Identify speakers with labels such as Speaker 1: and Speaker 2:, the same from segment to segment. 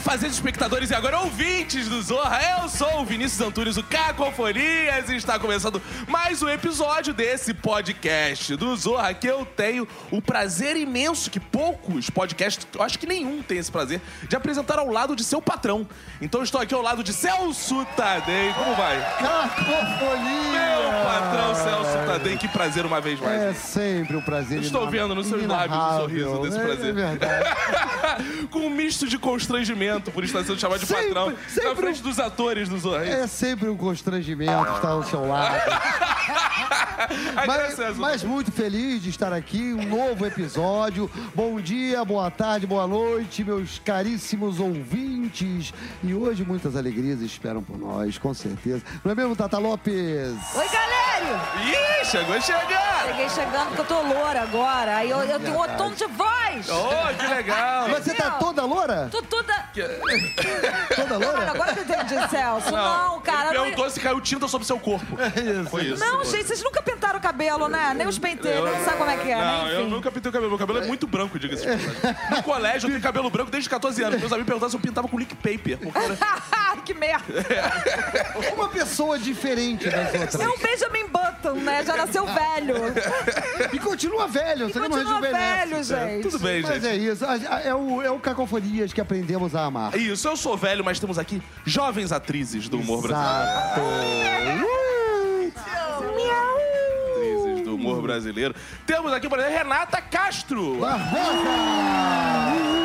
Speaker 1: fazer espectadores e agora ouvintes do Zorra. Eu sou o Vinícius Antunes, o Cacofonias, e está começando mais um episódio desse podcast do Zorra que eu tenho o prazer imenso que poucos podcasts, eu acho que nenhum tem esse prazer, de apresentar ao lado de seu patrão. Então estou aqui ao lado de Celso Tadei. Como vai?
Speaker 2: Cacofonia!
Speaker 1: Meu patrão Celso Tadei, que prazer uma vez mais.
Speaker 2: É sempre um prazer.
Speaker 1: Estou
Speaker 2: inenarra-
Speaker 1: vendo nos seus lábios o sorriso
Speaker 2: inenarrável,
Speaker 1: desse
Speaker 2: né?
Speaker 1: prazer.
Speaker 2: É verdade.
Speaker 1: Com um misto de constrangimento por estar sendo chamado de
Speaker 2: Sempre-
Speaker 1: patrão na
Speaker 2: sempre um
Speaker 1: frente dos atores do Zorra.
Speaker 2: É sempre um constrangimento estar ao seu
Speaker 1: É,
Speaker 2: lado.
Speaker 1: Aí, né,
Speaker 2: Mas,
Speaker 1: Celso?
Speaker 2: mas muito feliz de estar aqui, um novo episódio. Bom dia, boa tarde, boa noite, meus caríssimos ouvintes. E hoje muitas alegrias esperam por nós, com certeza. Não é mesmo, Tata Lopes?
Speaker 3: Oi, galera!
Speaker 1: Ih, chegou chegando!
Speaker 3: Cheguei chegando porque eu tô loura agora. Aí eu, eu tenho outro tom de voz.
Speaker 1: Oh, que legal!
Speaker 2: Mas Você tá toda loura?
Speaker 3: Tô toda...
Speaker 2: Toda
Speaker 3: Olha,
Speaker 2: loura?
Speaker 3: agora que eu entendi, Celso. Não, cara.
Speaker 1: Ele
Speaker 3: Não, é-
Speaker 1: perguntou assim, se caiu tinta sobre seu corpo.
Speaker 2: É,
Speaker 1: Foi isso.
Speaker 3: não, gente, vocês nunca pintaram o cabelo, né? Nem os penteiros, não sabe como é que é,
Speaker 1: Não,
Speaker 3: né?
Speaker 1: eu
Speaker 3: Enfim.
Speaker 1: nunca pintei o cabelo. Meu cabelo é muito branco, diga-se. de passagem. No colégio, eu tenho cabelo branco desde 14 anos. Meus amigos perguntaram se eu pintava com lick paper. Porque era...
Speaker 3: que merda.
Speaker 2: Uma pessoa diferente das outras.
Speaker 3: É um Benjamin Button, né? Já nasceu velho.
Speaker 2: E continua velho, você não
Speaker 3: Continua
Speaker 2: rejuvenesce.
Speaker 3: velho, gente.
Speaker 1: Tudo bem,
Speaker 2: Mas
Speaker 1: gente.
Speaker 2: é isso, a- a- é o, é o Cacofonias que aprendemos a amar.
Speaker 1: É Isso, eu sou velho, mas temos aqui jovens atrizes do humor brasileiro.
Speaker 2: Exato.
Speaker 1: Atrizes do humor brasileiro. Temos aqui, por exemplo, Renata Castro.
Speaker 2: é Barbosa!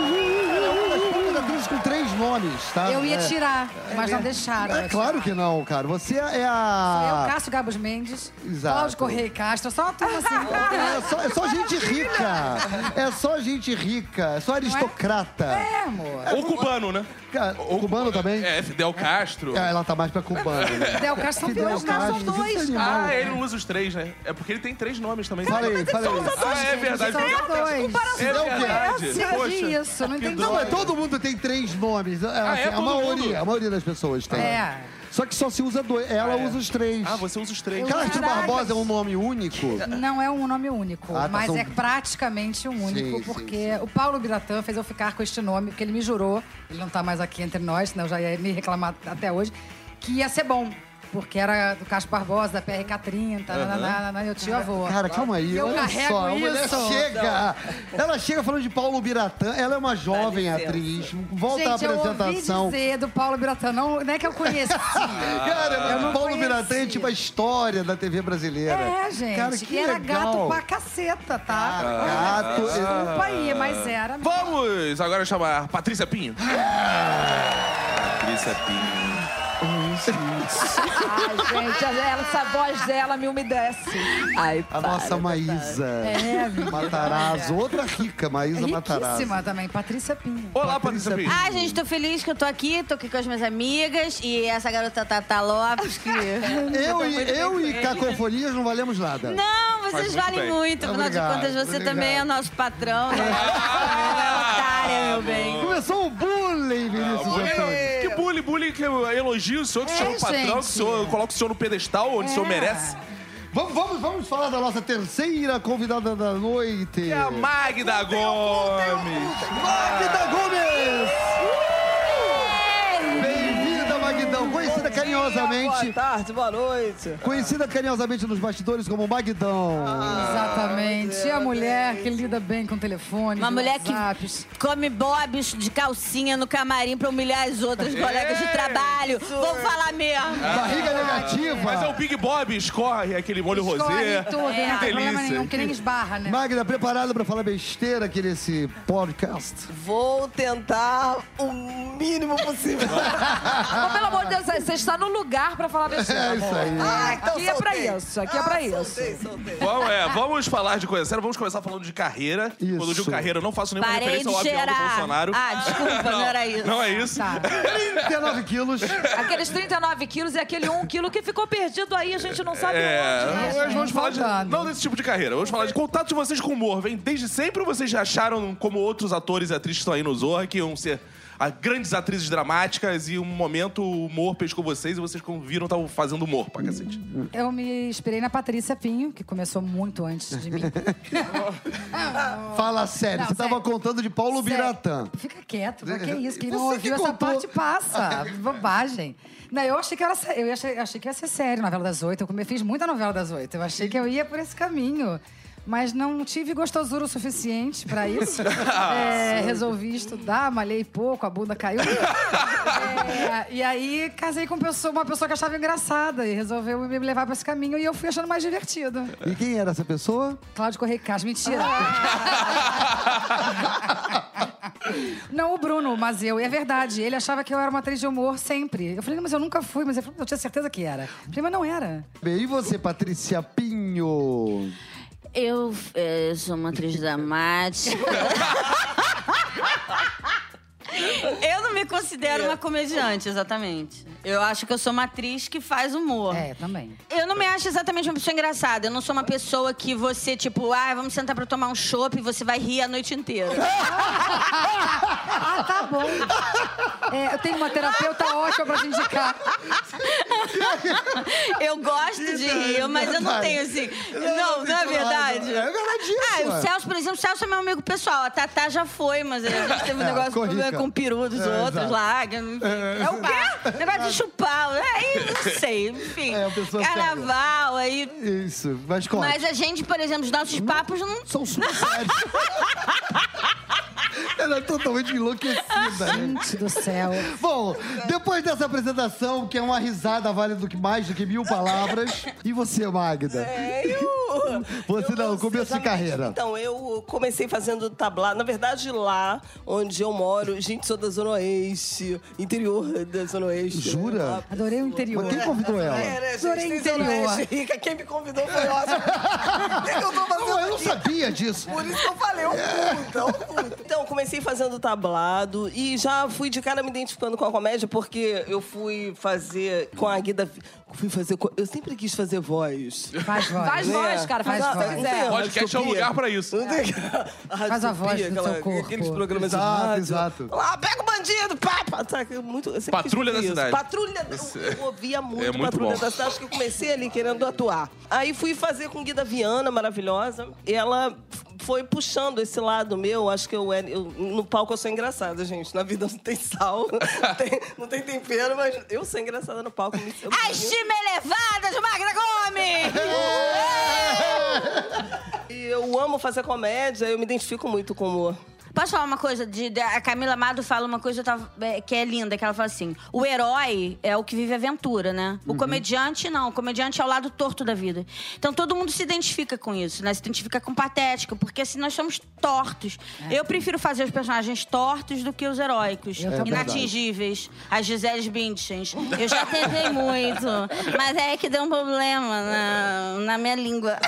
Speaker 2: com três nomes, tá?
Speaker 4: Eu ia
Speaker 2: É.
Speaker 4: tirar, mas não deixaram.
Speaker 2: É claro que não, cara. Você é a.
Speaker 4: Eu, Cássio Gabos Mendes,
Speaker 2: Exato.
Speaker 4: Cláudio Correia e Castro, só uma turma assim.
Speaker 2: É só, é só gente rica. É só gente rica. É só aristocrata.
Speaker 4: É, amor.
Speaker 1: Ou cubano, né?
Speaker 2: Cara, Cubano também?
Speaker 1: É, Fidel Castro.
Speaker 2: Ah, Ela tá mais pra cubano. né?
Speaker 4: Fidel Castro são
Speaker 2: Fidel
Speaker 4: dois,
Speaker 2: Castro,
Speaker 4: não, são
Speaker 2: esse
Speaker 4: dois.
Speaker 2: animal.
Speaker 1: Ah, ele não usa os três, né? É porque ele tem três nomes também.
Speaker 2: Fala aí,
Speaker 3: Mas
Speaker 2: fala
Speaker 3: só
Speaker 2: aí.
Speaker 3: usa dois.
Speaker 1: Ah, é verdade.
Speaker 4: São
Speaker 1: Fidel
Speaker 4: dois.
Speaker 1: É
Speaker 3: Comparação não
Speaker 1: verdade.
Speaker 3: conhece.
Speaker 4: Entendi
Speaker 1: Poxa.
Speaker 4: isso, é não entendi.
Speaker 2: Não, é mas todo mundo tem três nomes. É, assim,
Speaker 1: é?
Speaker 2: a,
Speaker 1: Todo
Speaker 2: maioria,
Speaker 1: mundo?
Speaker 2: a maioria das pessoas tem.
Speaker 4: É.
Speaker 2: Só que só se usa dois. Ela
Speaker 1: Ah, é.
Speaker 2: usa os três.
Speaker 1: Ah, você usa os três.
Speaker 4: Eu-
Speaker 2: Castro
Speaker 4: Caraca.
Speaker 2: Barbosa é um nome único.
Speaker 4: Não é um nome único,
Speaker 2: Ah, tá,
Speaker 4: mas
Speaker 2: são-
Speaker 4: é praticamente um único,
Speaker 2: Sim, sim,
Speaker 4: porque o Paulo Biratã fez eu ficar com este nome, porque ele me jurou, ele não tá mais aqui entre nós, senão eu já ia me reclamar até hoje, que ia ser bom. Porque era do Castro Barbosa, da PRK30, nananana, meu tio avô.
Speaker 2: Cara, calma aí,
Speaker 4: E eu
Speaker 2: olha
Speaker 4: carrego
Speaker 2: só, a mulher
Speaker 4: isso.
Speaker 2: chega. Ela chega falando de Paulo Biratã, ela é uma jovem
Speaker 3: licença.
Speaker 2: atriz, volta à
Speaker 4: Gente, eu ouvi
Speaker 2: apresentação.
Speaker 4: dizer do Paulo Biratã, não, não é que eu conhecia.
Speaker 2: Cara,
Speaker 4: Eu não
Speaker 2: Paulo Biratã é
Speaker 4: conhecia.
Speaker 2: tipo a história da TV brasileira.
Speaker 4: É, gente.
Speaker 2: Cara, que
Speaker 4: e era
Speaker 2: legal.
Speaker 4: gato pra caceta, tá?
Speaker 2: Gato. é,
Speaker 4: Desculpa aí, mas era.
Speaker 1: Vamos agora chamar Patrícia Pinho. Patrícia Pinho.
Speaker 3: Ai, gente, ela- essa voz dela me umedece. Ai,
Speaker 2: A nossa Maísa Matarazzo, outra rica, Maísa Matarazzo.
Speaker 4: É, Riquíssima também, Patrícia Pinho.
Speaker 1: Olá, Patrícia Pinho.
Speaker 5: Ah, gente, tô feliz que eu tô aqui, tô aqui com as minhas amigas e essa garota Tata Lopes que.
Speaker 2: Eu e, eu e cacofonias não valemos nada.
Speaker 5: Não, vocês
Speaker 1: muito
Speaker 5: valem
Speaker 1: bem.
Speaker 5: muito, afinal de
Speaker 2: Obrigado,
Speaker 5: contas você
Speaker 2: obrigado.
Speaker 5: também é nosso patrão. Né? Ah, otária, meu bem.
Speaker 2: Começou o bullying, Vinícius Antônio.
Speaker 1: Que bullying, bullying, que eu elogio o senhor, que o
Speaker 4: É,
Speaker 1: senhor é um patrão, que o
Speaker 4: gente.
Speaker 1: senhor coloca o senhor no pedestal onde o senhor
Speaker 4: É.
Speaker 1: merece.
Speaker 2: Vamos, vamos, vamos falar da nossa terceira convidada da noite.
Speaker 1: É a Magda Gomes.
Speaker 2: Magda Gomes! Bem-vinda, Magdão. Conhecida carinhosamente,
Speaker 3: tarde, boa noite.
Speaker 2: conhecida carinhosamente nos bastidores como Magdão.
Speaker 4: Ah, Exatamente. E a mulher que lida bem com telefone,
Speaker 5: Uma mulher que
Speaker 4: WhatsApps.
Speaker 5: come bobs de calcinha no camarim pra humilhar as outras colegas de trabalho.
Speaker 1: é.
Speaker 5: Vou falar
Speaker 1: Ah,
Speaker 5: mesmo.
Speaker 2: Barriga negativa.
Speaker 1: Mas é o Big Bob, escorre aquele molho rosé.
Speaker 4: Escorre tudo,
Speaker 2: É.
Speaker 1: Que
Speaker 4: né? Problema nenhum, que nem
Speaker 1: delícia.
Speaker 4: esbarra, né?
Speaker 2: Magda, preparada pra falar besteira aqui nesse podcast?
Speaker 6: Vou tentar o mínimo possível.
Speaker 3: Mas, pelo amor de Deus, é, você está no lugar pra falar besteira. amor.
Speaker 2: É Ah,
Speaker 7: tá
Speaker 2: isso aí.
Speaker 6: Ah,
Speaker 3: Aqui é pra isso, aqui é pra isso.
Speaker 6: Soltei, soltei.
Speaker 1: Vamos, é, vamos falar de coisa séria, vamos começar falando de carreira.
Speaker 2: Isso.
Speaker 1: Quando eu digo carreira, eu não faço nenhuma
Speaker 5: Parei
Speaker 1: referência
Speaker 5: de
Speaker 1: ao avião do
Speaker 5: cheirar.
Speaker 1: Bolsonaro.
Speaker 5: Ah, desculpa, não, era isso.
Speaker 1: Não é isso?
Speaker 4: Tá.
Speaker 2: 39 quilos.
Speaker 3: Aqueles 39 quilos e aquele 1 quilo que ficou perdido aí, a gente não sabe
Speaker 1: É,
Speaker 3: onde.
Speaker 4: né,
Speaker 1: nós vamos
Speaker 4: gente?
Speaker 1: falar de,
Speaker 4: Voltando.
Speaker 1: não desse tipo de carreira. Vamos falar de contato de vocês com o humor. Vem desde sempre ou vocês já acharam, como outros atores e atrizes que estão aí no Zorra, que iam ser a grandes atrizes dramáticas e um momento o humor pescou vocês e vocês como viram estavam fazendo humor pra cacete.
Speaker 4: Eu me inspirei na Patrícia Pinho, que começou muito antes de mim.
Speaker 2: Fala sério,
Speaker 4: Não,
Speaker 2: você tava
Speaker 4: sério.
Speaker 2: contando de Paulo Biratã.
Speaker 4: Fica quieto, que é isso? Quem não
Speaker 2: Você que
Speaker 4: ouviu essa
Speaker 2: contou.
Speaker 4: parte passa. Bobagem. Não, eu achei que era sé- eu achei, achei que ia ser sério novela das oito. Eu come- fiz muita novela das oito. Eu achei que eu ia por esse caminho. Mas não tive gostosura o suficiente pra isso. É, resolvi estudar, malhei pouco, a bunda caiu. É, e aí casei com pessoa- uma pessoa que achava engraçada e resolveu me levar pra esse caminho e eu fui achando mais divertido.
Speaker 2: E quem era essa pessoa?
Speaker 4: Cláudio Correia Castro, mentira. Não, o Bruno, mas eu. E é verdade, ele achava que eu era uma atriz de humor sempre. Eu falei, não, mas eu nunca fui, mas ele falou, eu tinha certeza que era. Eu falei, mas não era.
Speaker 2: Bem, e você, Patrícia Pinho?
Speaker 5: Eu, eh, sou uma atriz dramática. eu não me considero uma comediante, exatamente. Eu acho que eu sou uma atriz que faz humor.
Speaker 4: É, também.
Speaker 5: Eu não me acho exatamente uma pessoa engraçada. Eu não sou uma pessoa que você, tipo, ah, vamos sentar pra tomar um chopp e você vai rir a noite inteira.
Speaker 4: Ah, tá bom. É, eu tenho uma terapeuta ótima pra te indicar.
Speaker 5: Eu gosto de rir, mas eu não tenho assim. Não, não é verdade?
Speaker 2: É
Speaker 5: Ah,
Speaker 2: verdadíssimo.
Speaker 5: o Celso, por exemplo, o Celso é meu amigo pessoal. A Tatá já foi, mas a gente teve um
Speaker 2: É,
Speaker 5: negócio de
Speaker 2: corrica.
Speaker 5: problema com o peru dos
Speaker 2: É,
Speaker 5: outros
Speaker 2: exato.
Speaker 5: lá. que- É o quê? Negócio de chupar. Aí, não sei, enfim.
Speaker 2: É, a pessoa
Speaker 5: Carnaval, aí.
Speaker 2: Isso, mas um corre.
Speaker 5: Mas a gente, por exemplo, os nossos papos não.
Speaker 2: São super sérios. Ela é totalmente enlouquecida. né?
Speaker 4: Gente do céu.
Speaker 2: Bom, depois dessa apresentação, que é uma risada válida do que mais do que mil palavras, e você, Magda?
Speaker 5: É.
Speaker 3: É,
Speaker 6: Eu...
Speaker 2: Você
Speaker 6: eu
Speaker 2: não,
Speaker 6: sei
Speaker 2: começo de
Speaker 6: exatamente.
Speaker 2: carreira.
Speaker 6: Então, eu comecei fazendo tablado. Na verdade, lá onde eu moro, gente, sou da Zona Oeste, interior da Zona Oeste.
Speaker 2: Jura?
Speaker 6: Lá,
Speaker 4: Adorei o interior.
Speaker 2: Mas quem convidou ela?
Speaker 5: É.
Speaker 6: Era,
Speaker 4: Zona
Speaker 6: gente, tem
Speaker 4: interior.
Speaker 6: Zona Oeste rica. Quem me convidou foi ótimo. O que que eu tô fazendo
Speaker 2: Não, eu não
Speaker 6: aqui?
Speaker 2: sabia disso.
Speaker 6: Por isso que eu falei, é um oculta, oculta. Então, comecei fazendo tablado e já fui de cara me identificando com a comédia, porque eu fui fazer com a Guida. Fui fazer. co- Eu sempre quis fazer voz.
Speaker 4: Faz voz.
Speaker 3: Faz voz, cara, faz
Speaker 6: Exato,
Speaker 3: voz.
Speaker 6: não tem a
Speaker 1: Podcast é um
Speaker 6: Radiotopia?
Speaker 1: lugar pra isso.
Speaker 6: Não tem a
Speaker 4: Faz a voz
Speaker 6: Radiotopia,
Speaker 4: do seu
Speaker 6: aquela-
Speaker 4: corpo.
Speaker 6: Aqueles programas de
Speaker 2: Exato,
Speaker 6: rádio.
Speaker 2: exato.
Speaker 6: Lá, pega o bandido, pá, pá. Sabe, eu muito, eu sempre quis
Speaker 1: Patrulha da
Speaker 6: isso.
Speaker 1: Cidade.
Speaker 6: Patrulha da
Speaker 1: Esse-
Speaker 6: Eu ouvia muito,
Speaker 1: é muito
Speaker 6: Patrulha
Speaker 1: bom.
Speaker 6: da Cidade, acho que eu comecei ali querendo atuar. Aí fui fazer com Guida Viana, maravilhosa. E ela foi puxando esse lado meu. Acho que eu, era- eu- no palco eu sou engraçada, gente. Na vida não tem sal, não, tem, não tem tempero, mas eu sou engraçada no palco. Me- eu-
Speaker 5: As time elevadas, Magda Gomes!
Speaker 6: E eu amo fazer comédia, eu me identifico muito com o humor.
Speaker 5: Posso falar uma coisa? De, de- a Camila Amado fala uma coisa eu tava- é, que é linda, que ela fala assim: o herói é o que vive a aventura, né?
Speaker 4: Uhum.
Speaker 5: O comediante, não. O comediante é o lado torto da vida. Então todo mundo se identifica com isso, né? Se identifica com patético, porque assim nós somos tortos. Eu prefiro fazer os personagens tortos do que os heróicos.
Speaker 4: É. Eu também.
Speaker 5: inatingíveis. As Gisele Bündchens. Eu já tentei muito, mas é que deu um problema na, na minha língua.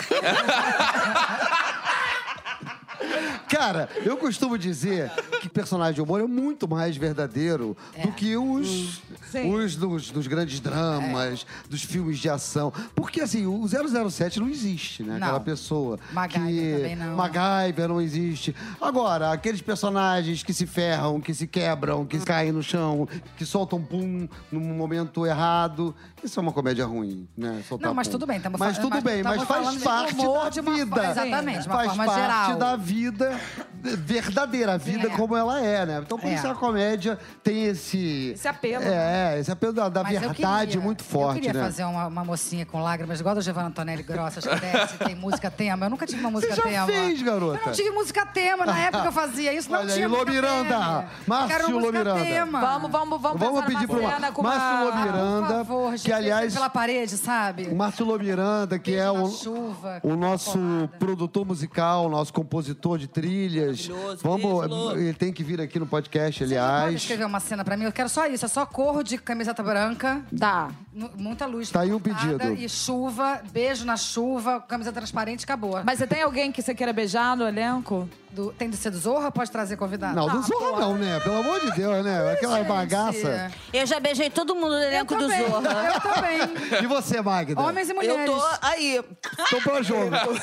Speaker 2: Cara, eu costumo dizer que personagem de humor é muito mais verdadeiro do que os,
Speaker 4: É. Sim. É.
Speaker 2: os dos, dos grandes dramas, dos filmes de ação. Porque, assim, o 007 não existe, né? Aquela
Speaker 4: Não.
Speaker 2: pessoa.
Speaker 4: MacGyver
Speaker 2: que...
Speaker 4: também não.
Speaker 2: MacGyver não existe. Agora, aqueles personagens que se ferram, que se quebram,
Speaker 4: Hum.
Speaker 2: que caem no chão, que soltam pum num momento errado. Isso é uma comédia ruim, né? Soltar
Speaker 4: Não, mas
Speaker 2: pum.
Speaker 4: tudo bem, tamo
Speaker 2: Mas
Speaker 4: fa-
Speaker 2: tudo
Speaker 4: mas
Speaker 2: bem,
Speaker 4: tamo
Speaker 2: mas faz
Speaker 4: falando de
Speaker 2: parte
Speaker 4: humor
Speaker 2: da
Speaker 4: de uma
Speaker 2: vida.
Speaker 4: forma- exatamente, de uma
Speaker 2: faz
Speaker 4: forma
Speaker 2: parte
Speaker 4: geral.
Speaker 2: da vida verdadeira, a vida
Speaker 4: É.
Speaker 2: como ela é, né? Então por
Speaker 4: É.
Speaker 2: isso a comédia tem esse...
Speaker 3: Esse apelo,
Speaker 2: É, esse apelo da, da
Speaker 4: né? Mas eu
Speaker 2: verdade
Speaker 4: queria-
Speaker 2: muito
Speaker 4: Eu
Speaker 2: forte,
Speaker 4: queria
Speaker 2: né?
Speaker 4: fazer uma, uma mocinha com lágrimas, igual a da Giovanna Antonelli Grossa, acho que desce, tem música tema. Eu nunca tive uma música
Speaker 2: já
Speaker 4: tema.
Speaker 2: fez, garota.
Speaker 4: Eu não tive música tema, na época eu fazia isso, não
Speaker 2: Olha aí,
Speaker 4: tinha
Speaker 2: Lô
Speaker 4: música
Speaker 2: Miranda.
Speaker 4: tema.
Speaker 2: Márcio
Speaker 4: Quero uma
Speaker 2: Lô
Speaker 4: música
Speaker 2: Miranda.
Speaker 4: tema.
Speaker 3: Vamos, vamos, vamos,
Speaker 2: Vamos
Speaker 3: pensar
Speaker 2: pedir
Speaker 3: numa
Speaker 2: pro Ma-
Speaker 3: cena com
Speaker 2: Márcio
Speaker 4: Ah,
Speaker 3: uma...
Speaker 2: Lobinho. Miranda,
Speaker 4: por favor, gente,
Speaker 2: que, aliás-
Speaker 4: descer pela parede, sabe?
Speaker 2: O Márcio Lomiranda, que é
Speaker 4: Beijo na
Speaker 2: o,
Speaker 4: chuva,
Speaker 2: o nosso
Speaker 4: porrada.
Speaker 2: produtor musical, nosso compositor de trilhas.
Speaker 6: Maravilhoso,
Speaker 2: Vamos,
Speaker 6: beijo, Lô.
Speaker 2: ele tem que vir aqui no podcast,
Speaker 4: Você pode
Speaker 2: aliás.
Speaker 4: escrever uma cena pra mim? Eu quero só isso, é só cor de camiseta branca,
Speaker 3: Tá.
Speaker 4: nu- muita luz.
Speaker 2: Tá aí o
Speaker 4: cortada
Speaker 2: pedido.
Speaker 4: E chuva, beijo na chuva, camisa transparente, acabou.
Speaker 3: Mas você tem alguém que você queira beijar no elenco?
Speaker 4: Do- tem de ser do Zorra ou pode trazer convidado?
Speaker 2: Não, não zorra
Speaker 3: porra.
Speaker 2: não, né? Pelo amor de Deus, né? Aquela
Speaker 4: Gente.
Speaker 2: bagaça.
Speaker 5: Eu já beijei todo mundo do
Speaker 4: Eu
Speaker 5: elenco do
Speaker 4: também,
Speaker 5: Zorra.
Speaker 4: Eu também.
Speaker 2: E você, Magda?
Speaker 4: Homens e
Speaker 6: Eu
Speaker 4: mulheres.
Speaker 6: tô aí.
Speaker 2: Tô pra jogo.
Speaker 6: Tô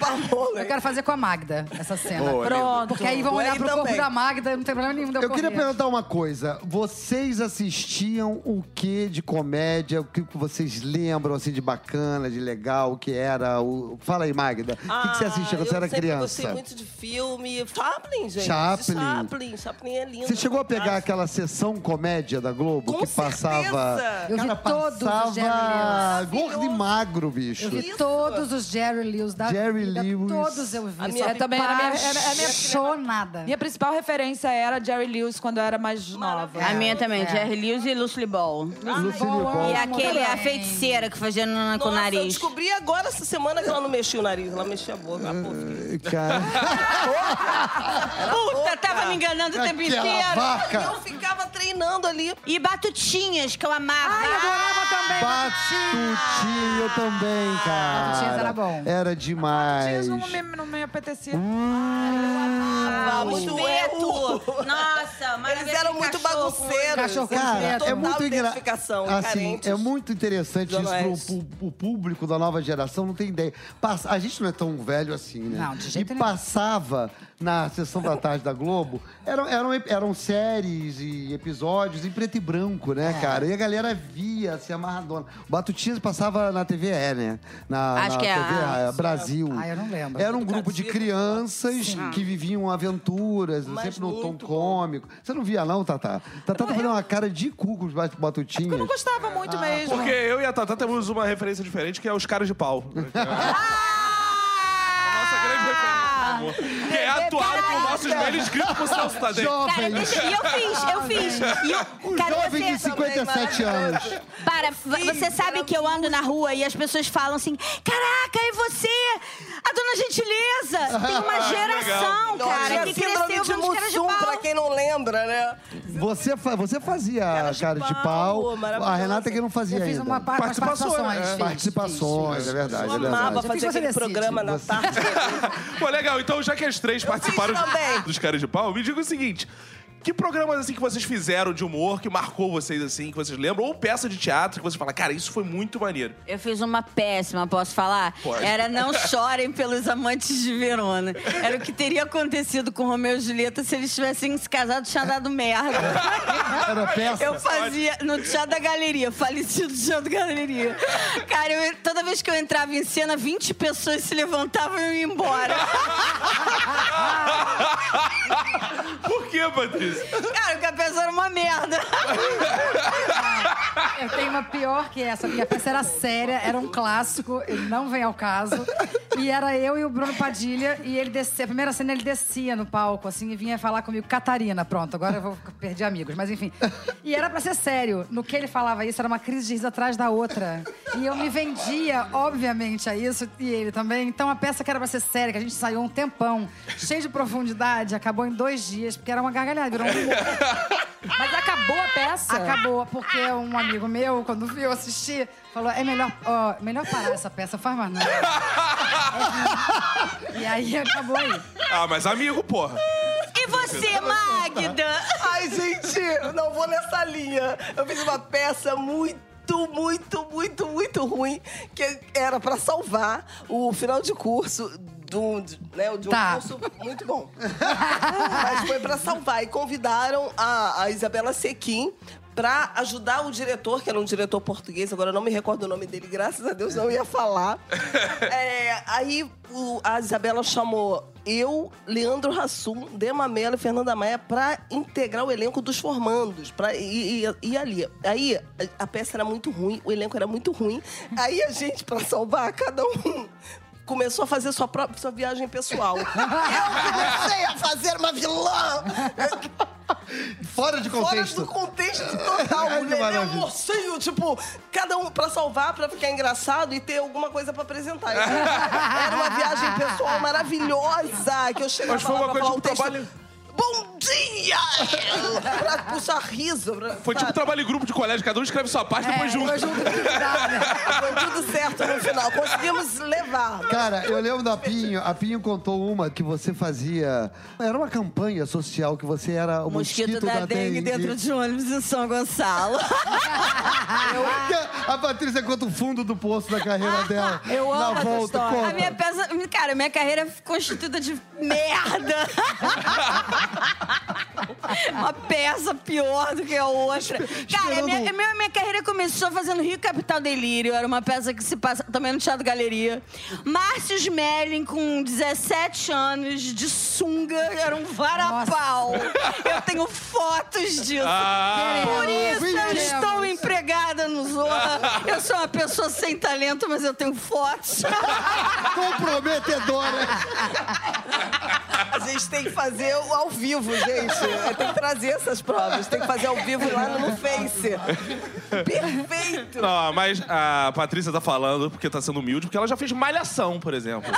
Speaker 6: pra rola,
Speaker 4: Eu
Speaker 6: hein?
Speaker 4: quero fazer com a Magda essa cena.
Speaker 1: Boa,
Speaker 5: Pronto.
Speaker 4: Porque aí vão
Speaker 6: Aí
Speaker 4: olhar pro corpo
Speaker 6: também.
Speaker 4: da Magda, não tem problema nenhum. de
Speaker 2: Eu queria
Speaker 4: correr.
Speaker 2: perguntar uma coisa. Vocês assistiam o que de comédia? O que que vocês lembram, assim, de bacana, de legal? O que era? O... Fala aí, Magda. o que que você assistia quando
Speaker 6: Ah, eu
Speaker 2: você era
Speaker 6: sempre
Speaker 2: criança?
Speaker 6: gostei muito de filme. Chaplin, gente.
Speaker 2: Chaplin.
Speaker 6: Chaplin, Chaplin é lindo.
Speaker 2: Você chegou a pegar aquela sessão comédia da Globo
Speaker 6: Com
Speaker 2: que passava.
Speaker 6: certeza.
Speaker 4: Eu vi
Speaker 2: Cara,
Speaker 4: todos os Jerry
Speaker 2: passava
Speaker 4: Lewis.
Speaker 2: gordo e magro, bicho.
Speaker 4: Eu vi
Speaker 6: Isso.
Speaker 4: todos os Jerry Lewis da
Speaker 2: Jerry
Speaker 4: vida,
Speaker 2: Lewis.
Speaker 4: todos eu vi.
Speaker 6: A minha-
Speaker 4: Sou
Speaker 6: é
Speaker 3: também era a minha- era- era a minha-
Speaker 4: apaixonada.
Speaker 3: Minha principal referência era Jerry Lewis quando eu era mais nova.
Speaker 5: A minha também,
Speaker 4: É.
Speaker 5: Jerry Lewis e Lucille Ball.
Speaker 2: Lucille
Speaker 4: Ball,
Speaker 2: Ball.
Speaker 5: E
Speaker 4: amo
Speaker 5: aquele,
Speaker 4: também.
Speaker 5: a feiticeira que fazia nana com o
Speaker 6: Nossa, eu
Speaker 5: nariz.
Speaker 6: descobri agora essa semana que ela não mexia o nariz, ela mexia a boca. a boca.
Speaker 2: Eh, Cara,
Speaker 5: Puta, tava me enganando o tempo
Speaker 2: aquela
Speaker 5: inteiro.
Speaker 2: vaca.
Speaker 6: Eu ficava treinando
Speaker 2: Ah,
Speaker 6: ali.
Speaker 5: E batutinhas que eu amava.
Speaker 2: Batutinha, eu também, cara.
Speaker 4: Batutinhas Ah, era bom.
Speaker 2: Era demais.
Speaker 3: Não me, não me apetecia.
Speaker 6: Ah, muito
Speaker 5: É
Speaker 6: erro.
Speaker 5: Beto! Nossa, maravilha.
Speaker 6: Eles eram muito
Speaker 5: cachorro.
Speaker 6: bagunceiros.
Speaker 4: cachorro com
Speaker 2: Cara,
Speaker 4: Total
Speaker 2: é muito
Speaker 6: identificação.
Speaker 2: engraçado. Assim, é muito interessante
Speaker 6: Zona
Speaker 2: isso
Speaker 6: Oeste.
Speaker 2: pro, pro- pro público da nova geração, não tem ideia. Passa- a gente não é tão velho assim, né?
Speaker 4: Não, de jeito
Speaker 2: E
Speaker 4: nenhum.
Speaker 2: passava na sessão da tarde da Globo, eram, eram, eram séries e episódios em preto e branco, né,
Speaker 4: É.
Speaker 2: cara? E a galera via, se amarradona. O Batutinhas passava na TVE, né? Na,
Speaker 5: Acho
Speaker 2: na
Speaker 5: que é
Speaker 2: TV
Speaker 5: a-
Speaker 2: Brasil.
Speaker 4: Ah, eu não lembro.
Speaker 2: Era um grupo de crianças que viviam aventuras,
Speaker 6: Mas
Speaker 2: sempre num tom
Speaker 6: muito bom.
Speaker 2: cômico. Você não via, não, Tatá? Tatá tá fazendo uma cara de cu com os bat- batutinhas.
Speaker 6: É
Speaker 3: Eu não gostava
Speaker 2: Ah,
Speaker 3: muito mesmo.
Speaker 1: Porque eu e a Tatá temos uma referência diferente, que é os caras de pau. Nossa grande referência, meu amor. Que é atuado por nossos velhos escrito por Celso Tadei.
Speaker 5: Cara,
Speaker 2: Jovens,
Speaker 5: deixa... E eu fiz, eu fiz. E eu... Cara,
Speaker 2: jovens de
Speaker 5: você...
Speaker 2: 57 anos.
Speaker 5: Para, você sabe que eu ando na rua e as pessoas falam assim, caraca, é você, a Dona Gentileza. Tem uma geração, cara, que cresceu com os caras de
Speaker 6: Mussum, pra
Speaker 5: pau.
Speaker 6: quem não lembra, né?
Speaker 2: Você, fa- você fazia
Speaker 6: de
Speaker 2: cara de
Speaker 6: pau,
Speaker 2: pau.
Speaker 6: maravilhosa.
Speaker 2: A Renata é que não fazia
Speaker 4: Eu fiz
Speaker 2: ainda.
Speaker 4: uma par umas
Speaker 1: Participações, é.
Speaker 4: participações. fiz,
Speaker 2: né? Participações, é verdade,
Speaker 6: Eu
Speaker 2: é
Speaker 6: amava
Speaker 2: verdade.
Speaker 4: Depois
Speaker 6: fazer
Speaker 4: você
Speaker 6: aquele
Speaker 4: decide.
Speaker 6: programa na tarde.
Speaker 1: Pô, legal. Então, já que as três participaram
Speaker 6: fiz também.
Speaker 1: dos caras de pau, me diga o seguinte. Que programas, assim, que vocês fizeram de humor, que marcou vocês, assim, que vocês lembram? Ou peça de teatro que vocês falam, cara, isso foi muito maneiro.
Speaker 5: Eu fiz uma péssima, posso falar?
Speaker 1: Pode.
Speaker 5: Era Não Chorem pelos Amantes de Verona. Era o que teria acontecido com Romeu e Julieta se eles tivessem se casado, tinha dado merda.
Speaker 2: Era peça.
Speaker 5: Eu fazia no Teatro da Galeria, falecido Teatro da Galeria. Cara, eu- toda vez que eu entrava em cena, 20 pessoas se levantavam e iam embora.
Speaker 1: Por quê, Patrícia?
Speaker 5: Cara, porque a pessoa era uma merda.
Speaker 4: Eu tenho uma pior que essa. Minha peça era séria, era um clássico, ele não vem ao caso. E era eu e o Bruno Padilha, e ele descia. A primeira cena ele descia no palco, assim, e vinha falar comigo, Catarina, pronto, agora eu vou perder amigos, mas enfim. E era pra ser sério. No que ele falava isso, era uma crise de riso atrás da outra. E eu me vendia, obviamente, a isso, e ele também. Então a peça que era pra ser séria, que a gente saiu um tempão, cheio de profundidade, acabou em dois dias, porque era uma gargalhada, virou um humor.
Speaker 3: Mas acabou a peça.
Speaker 4: Acabou, porque um amigo meu, quando viu assistir, falou: é melhor, ó, melhor parar essa peça, faz mais nada. É, e aí acabou aí.
Speaker 1: Ah, mas amigo, porra.
Speaker 5: E você, Magda?
Speaker 6: Ai, gente, eu não vou nessa linha. Eu fiz uma peça muito, muito, muito, muito ruim, que era pra salvar o final de curso de um, de- né, de um
Speaker 4: Tá.
Speaker 6: curso muito bom. Mas foi pra salvar. E convidaram a, a Isabela Sequim pra ajudar o diretor, que era um diretor português, agora eu não me recordo o nome dele, graças a Deus não ia falar. É, aí o- a Isabela chamou eu, Leandro Rassum, Demamela e Fernanda Maia pra integrar o elenco dos formandos, pra ir, ir- ir ali. Aí a- a peça era muito ruim, o elenco era muito ruim. Aí a gente, pra salvar cada um, começou a fazer sua própria sua viagem pessoal. Eu comecei a fazer uma vilã
Speaker 2: Fora
Speaker 1: Um
Speaker 2: de
Speaker 6: fora do
Speaker 2: contexto.
Speaker 6: contexto total.
Speaker 2: Ai, que
Speaker 6: O Lelê é um
Speaker 2: maravilha.
Speaker 6: morcinho, tipo, cada um pra salvar, pra ficar engraçado e ter alguma coisa pra apresentar. Então, era uma viagem pessoal maravilhosa, que eu chegava
Speaker 1: Mas foi
Speaker 6: lá
Speaker 1: uma
Speaker 6: pra
Speaker 1: coisa
Speaker 6: falar o
Speaker 1: de um
Speaker 6: texto.
Speaker 1: trabalho.
Speaker 6: Bom Tinha! pra puxar riso. pra-
Speaker 1: Foi tipo
Speaker 6: sabe?
Speaker 1: trabalho em grupo de colégio, cada um escreve sua parte e depois junto.
Speaker 4: Foi junto que dá, né?
Speaker 6: Foi tudo certo no final. Conseguimos levar.
Speaker 2: Cara, eu lembro da Pinho. A Pinho contou uma que você fazia. Era uma campanha social que você era o mosquito, da, dengue.
Speaker 6: de um ônibus em São Gonçalo.
Speaker 2: A Patrícia conta o fundo do poço da carreira
Speaker 4: Ah,
Speaker 2: dela.
Speaker 5: Eu amo
Speaker 2: Na
Speaker 5: essa
Speaker 2: volta,
Speaker 5: história.
Speaker 2: conta.
Speaker 5: A minha peça, cara, minha carreira é constituída de merda. Uma peça pior do que a outra. Cara, a minha, a
Speaker 2: um
Speaker 5: minha, minha carreira começou fazendo Rio Capital Delírio. Era uma peça que se passa também no Teatro Galeria. Márcio Smelling, com 17 anos, de sunga, era um varapau. Eu tenho fotos disso.
Speaker 1: Ah,
Speaker 5: Por isso eu
Speaker 4: Queremos.
Speaker 5: estou empregada no Zorra. Eu sou uma pessoa sem talento, mas eu tenho fotos.
Speaker 2: Comprometedora.
Speaker 6: A gente tem que fazer o ao vivo, gente. É, Tem que trazer essas provas. Tem que fazer ao vivo lá no Face. Perfeito.
Speaker 1: não, mas a Patrícia tá falando porque tá sendo humilde, porque ela já fez malhação, por exemplo.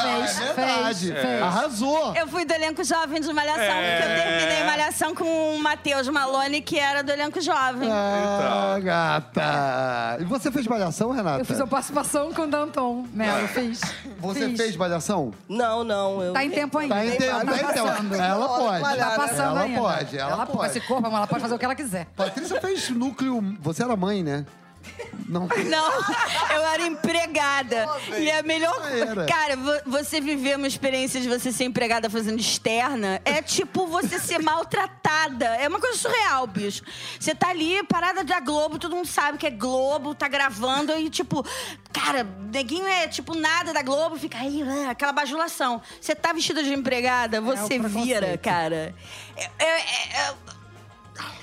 Speaker 4: Fez, fez,
Speaker 2: Ah, é Verdade.
Speaker 4: fez.
Speaker 2: Arrasou.
Speaker 5: Eu fui do elenco jovem de Malhação, porque eu terminei Malhação com o Matheus Malone, que era do elenco jovem.
Speaker 2: Ah, gata. E você fez malhação, Renata?
Speaker 4: Eu fiz uma participação com o Danton, né? Eu fiz.
Speaker 2: Você
Speaker 4: fiz.
Speaker 2: fez malhação?
Speaker 6: Não, não. Eu...
Speaker 4: Tá em tempo ainda.
Speaker 2: Tá em tempo, tá em tempo. Ela pode.
Speaker 4: Tá passando
Speaker 2: Ela
Speaker 4: ainda.
Speaker 2: pode, ela
Speaker 4: ela Com
Speaker 2: pode.
Speaker 4: esse corpo, ela pode fazer o que ela quiser.
Speaker 2: Patrícia fez núcleo. Você era mãe, né? Não.
Speaker 5: Não, eu era empregada. E a melhor
Speaker 2: Ah, era.
Speaker 5: Cara, vo- você viver uma experiência de você ser empregada fazendo externa é tipo você ser maltratada. É uma coisa surreal, bicho. Você tá ali, parada da Globo, todo mundo sabe que é Globo, tá gravando e tipo, cara, neguinho é tipo nada da Globo, fica aí, né, aquela bajulação. Você tá vestida de empregada, você vira,
Speaker 4: preconceito.
Speaker 5: cara. É- é- é-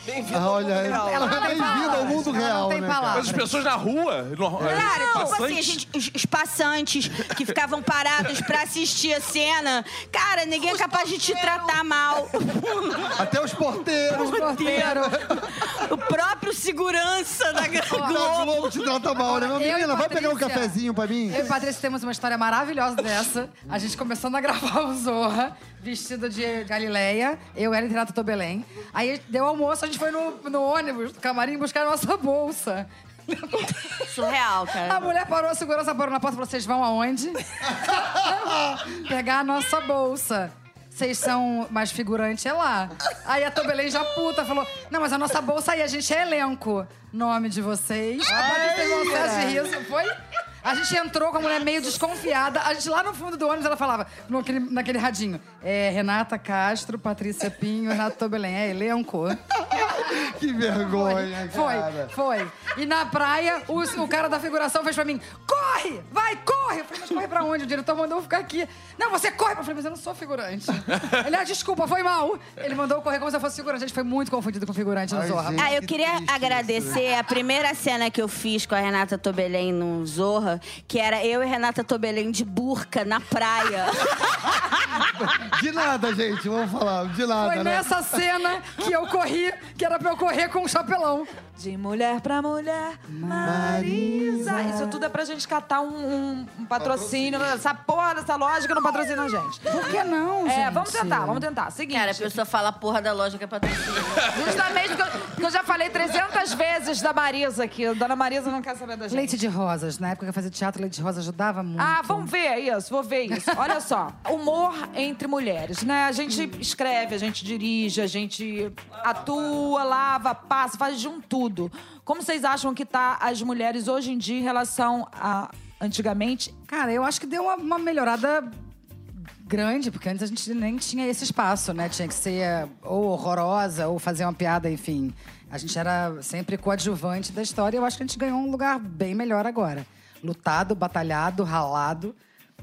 Speaker 6: Bem-vindo
Speaker 2: Ah,
Speaker 6: ao
Speaker 2: olha aí.
Speaker 6: mundo real.
Speaker 4: Ela não tem
Speaker 2: Bem-vindo ao
Speaker 4: palavras,
Speaker 2: mundo
Speaker 4: ela não
Speaker 2: real,
Speaker 4: tem
Speaker 2: né?
Speaker 4: palavras.
Speaker 1: Mas as pessoas na rua. No,
Speaker 5: Cara,
Speaker 1: passantes,
Speaker 5: tipo assim, a gente- os, os passantes que ficavam parados pra assistir a cena. Cara, ninguém é capaz de te tratar mal.
Speaker 2: Até os porteiros.
Speaker 4: Porteiro.
Speaker 5: o próprio segurança da
Speaker 2: Tá, A
Speaker 5: Globo.
Speaker 2: Globo te trata mal, né?
Speaker 4: Agora, eu e
Speaker 2: Menina, vai pegar um
Speaker 4: Patrícia.
Speaker 2: cafezinho pra mim?
Speaker 4: Eu e Patrícia temos uma história maravilhosa dessa. A gente começando a gravar o Zorra, vestido de Galileia. Eu era Renato Tobelém. Aí deu almoço, a gente foi no, no ônibus, no camarim, buscar a nossa bolsa.
Speaker 5: é Surreal,
Speaker 4: A
Speaker 5: cara.
Speaker 4: mulher parou, a segurança parou na porta e falou: vocês vão aonde? Pegar a nossa bolsa. Vocês são mais figurante, é lá. Aí a Tobelém já puta falou: Não, mas a nossa bolsa aí, a gente é elenco. Nome de vocês. A Patrícia teve um acesso de riso, foi? A gente entrou com a mulher meio desconfiada. A gente lá no fundo do ônibus, ela falava, naquele, naquele radinho: é, Renata Castro, Patrícia Pinho, Renato Tobelém. É elenco.
Speaker 2: Que vergonha, cara.
Speaker 4: Foi, foi. E na praia, o, o cara da figuração fez pra mim: corre! Vai, corre! Eu falei, mas corre pra onde? O diretor mandou eu ficar aqui. Não, você corre! Eu falei, mas eu não sou figurante. Ele, ah, desculpa, foi mal. Ele mandou eu correr como se eu fosse figurante. A gente foi muito confundido com figurante no
Speaker 2: Ai,
Speaker 4: Zorra.
Speaker 2: gente.
Speaker 5: Ah, eu
Speaker 2: Que
Speaker 5: queria
Speaker 2: triste né? isso,
Speaker 5: agradecer a primeira cena que eu fiz com a Renata Tobelém no Zorra, que era eu e Renata Tobelém de burca na praia.
Speaker 2: De nada, gente. Vamos falar. De nada, né?
Speaker 4: Foi nessa cena que eu corri, que era pra eu correr com um chapelão.
Speaker 7: De mulher pra mulher, Marisa. Isso tudo é pra gente catar um, um- um patrocínio. Essa porra dessa loja que não patrocina a gente.
Speaker 4: Por que não, gente?
Speaker 7: É, vamos tentar, vamos tentar. Seguinte.
Speaker 5: Cara, a pessoa fala porra da loja que é patrocínio.
Speaker 7: Justamente porque eu, porque eu já falei 300 vezes da Marisa aqui. A Dona Marisa não quer saber da gente.
Speaker 4: Leite de rosas. Na época que eu fazia teatro, leite de rosas ajudava muito.
Speaker 7: Ah, vamos ver isso, vou ver isso. Olha só, humor entre mulheres, né? A gente escreve, a gente dirige, a gente atua, lava, passa, faz de um tudo. Como vocês acham que tá as mulheres hoje em dia em relação a antigamente?
Speaker 4: Cara, eu acho que deu uma, uma melhorada grande, porque antes a gente nem tinha esse espaço, né? Tinha que ser eh, ou horrorosa, ou fazer uma piada, enfim. A gente era sempre coadjuvante da história e eu acho que a gente ganhou um lugar bem melhor agora. Lutado, batalhado, ralado.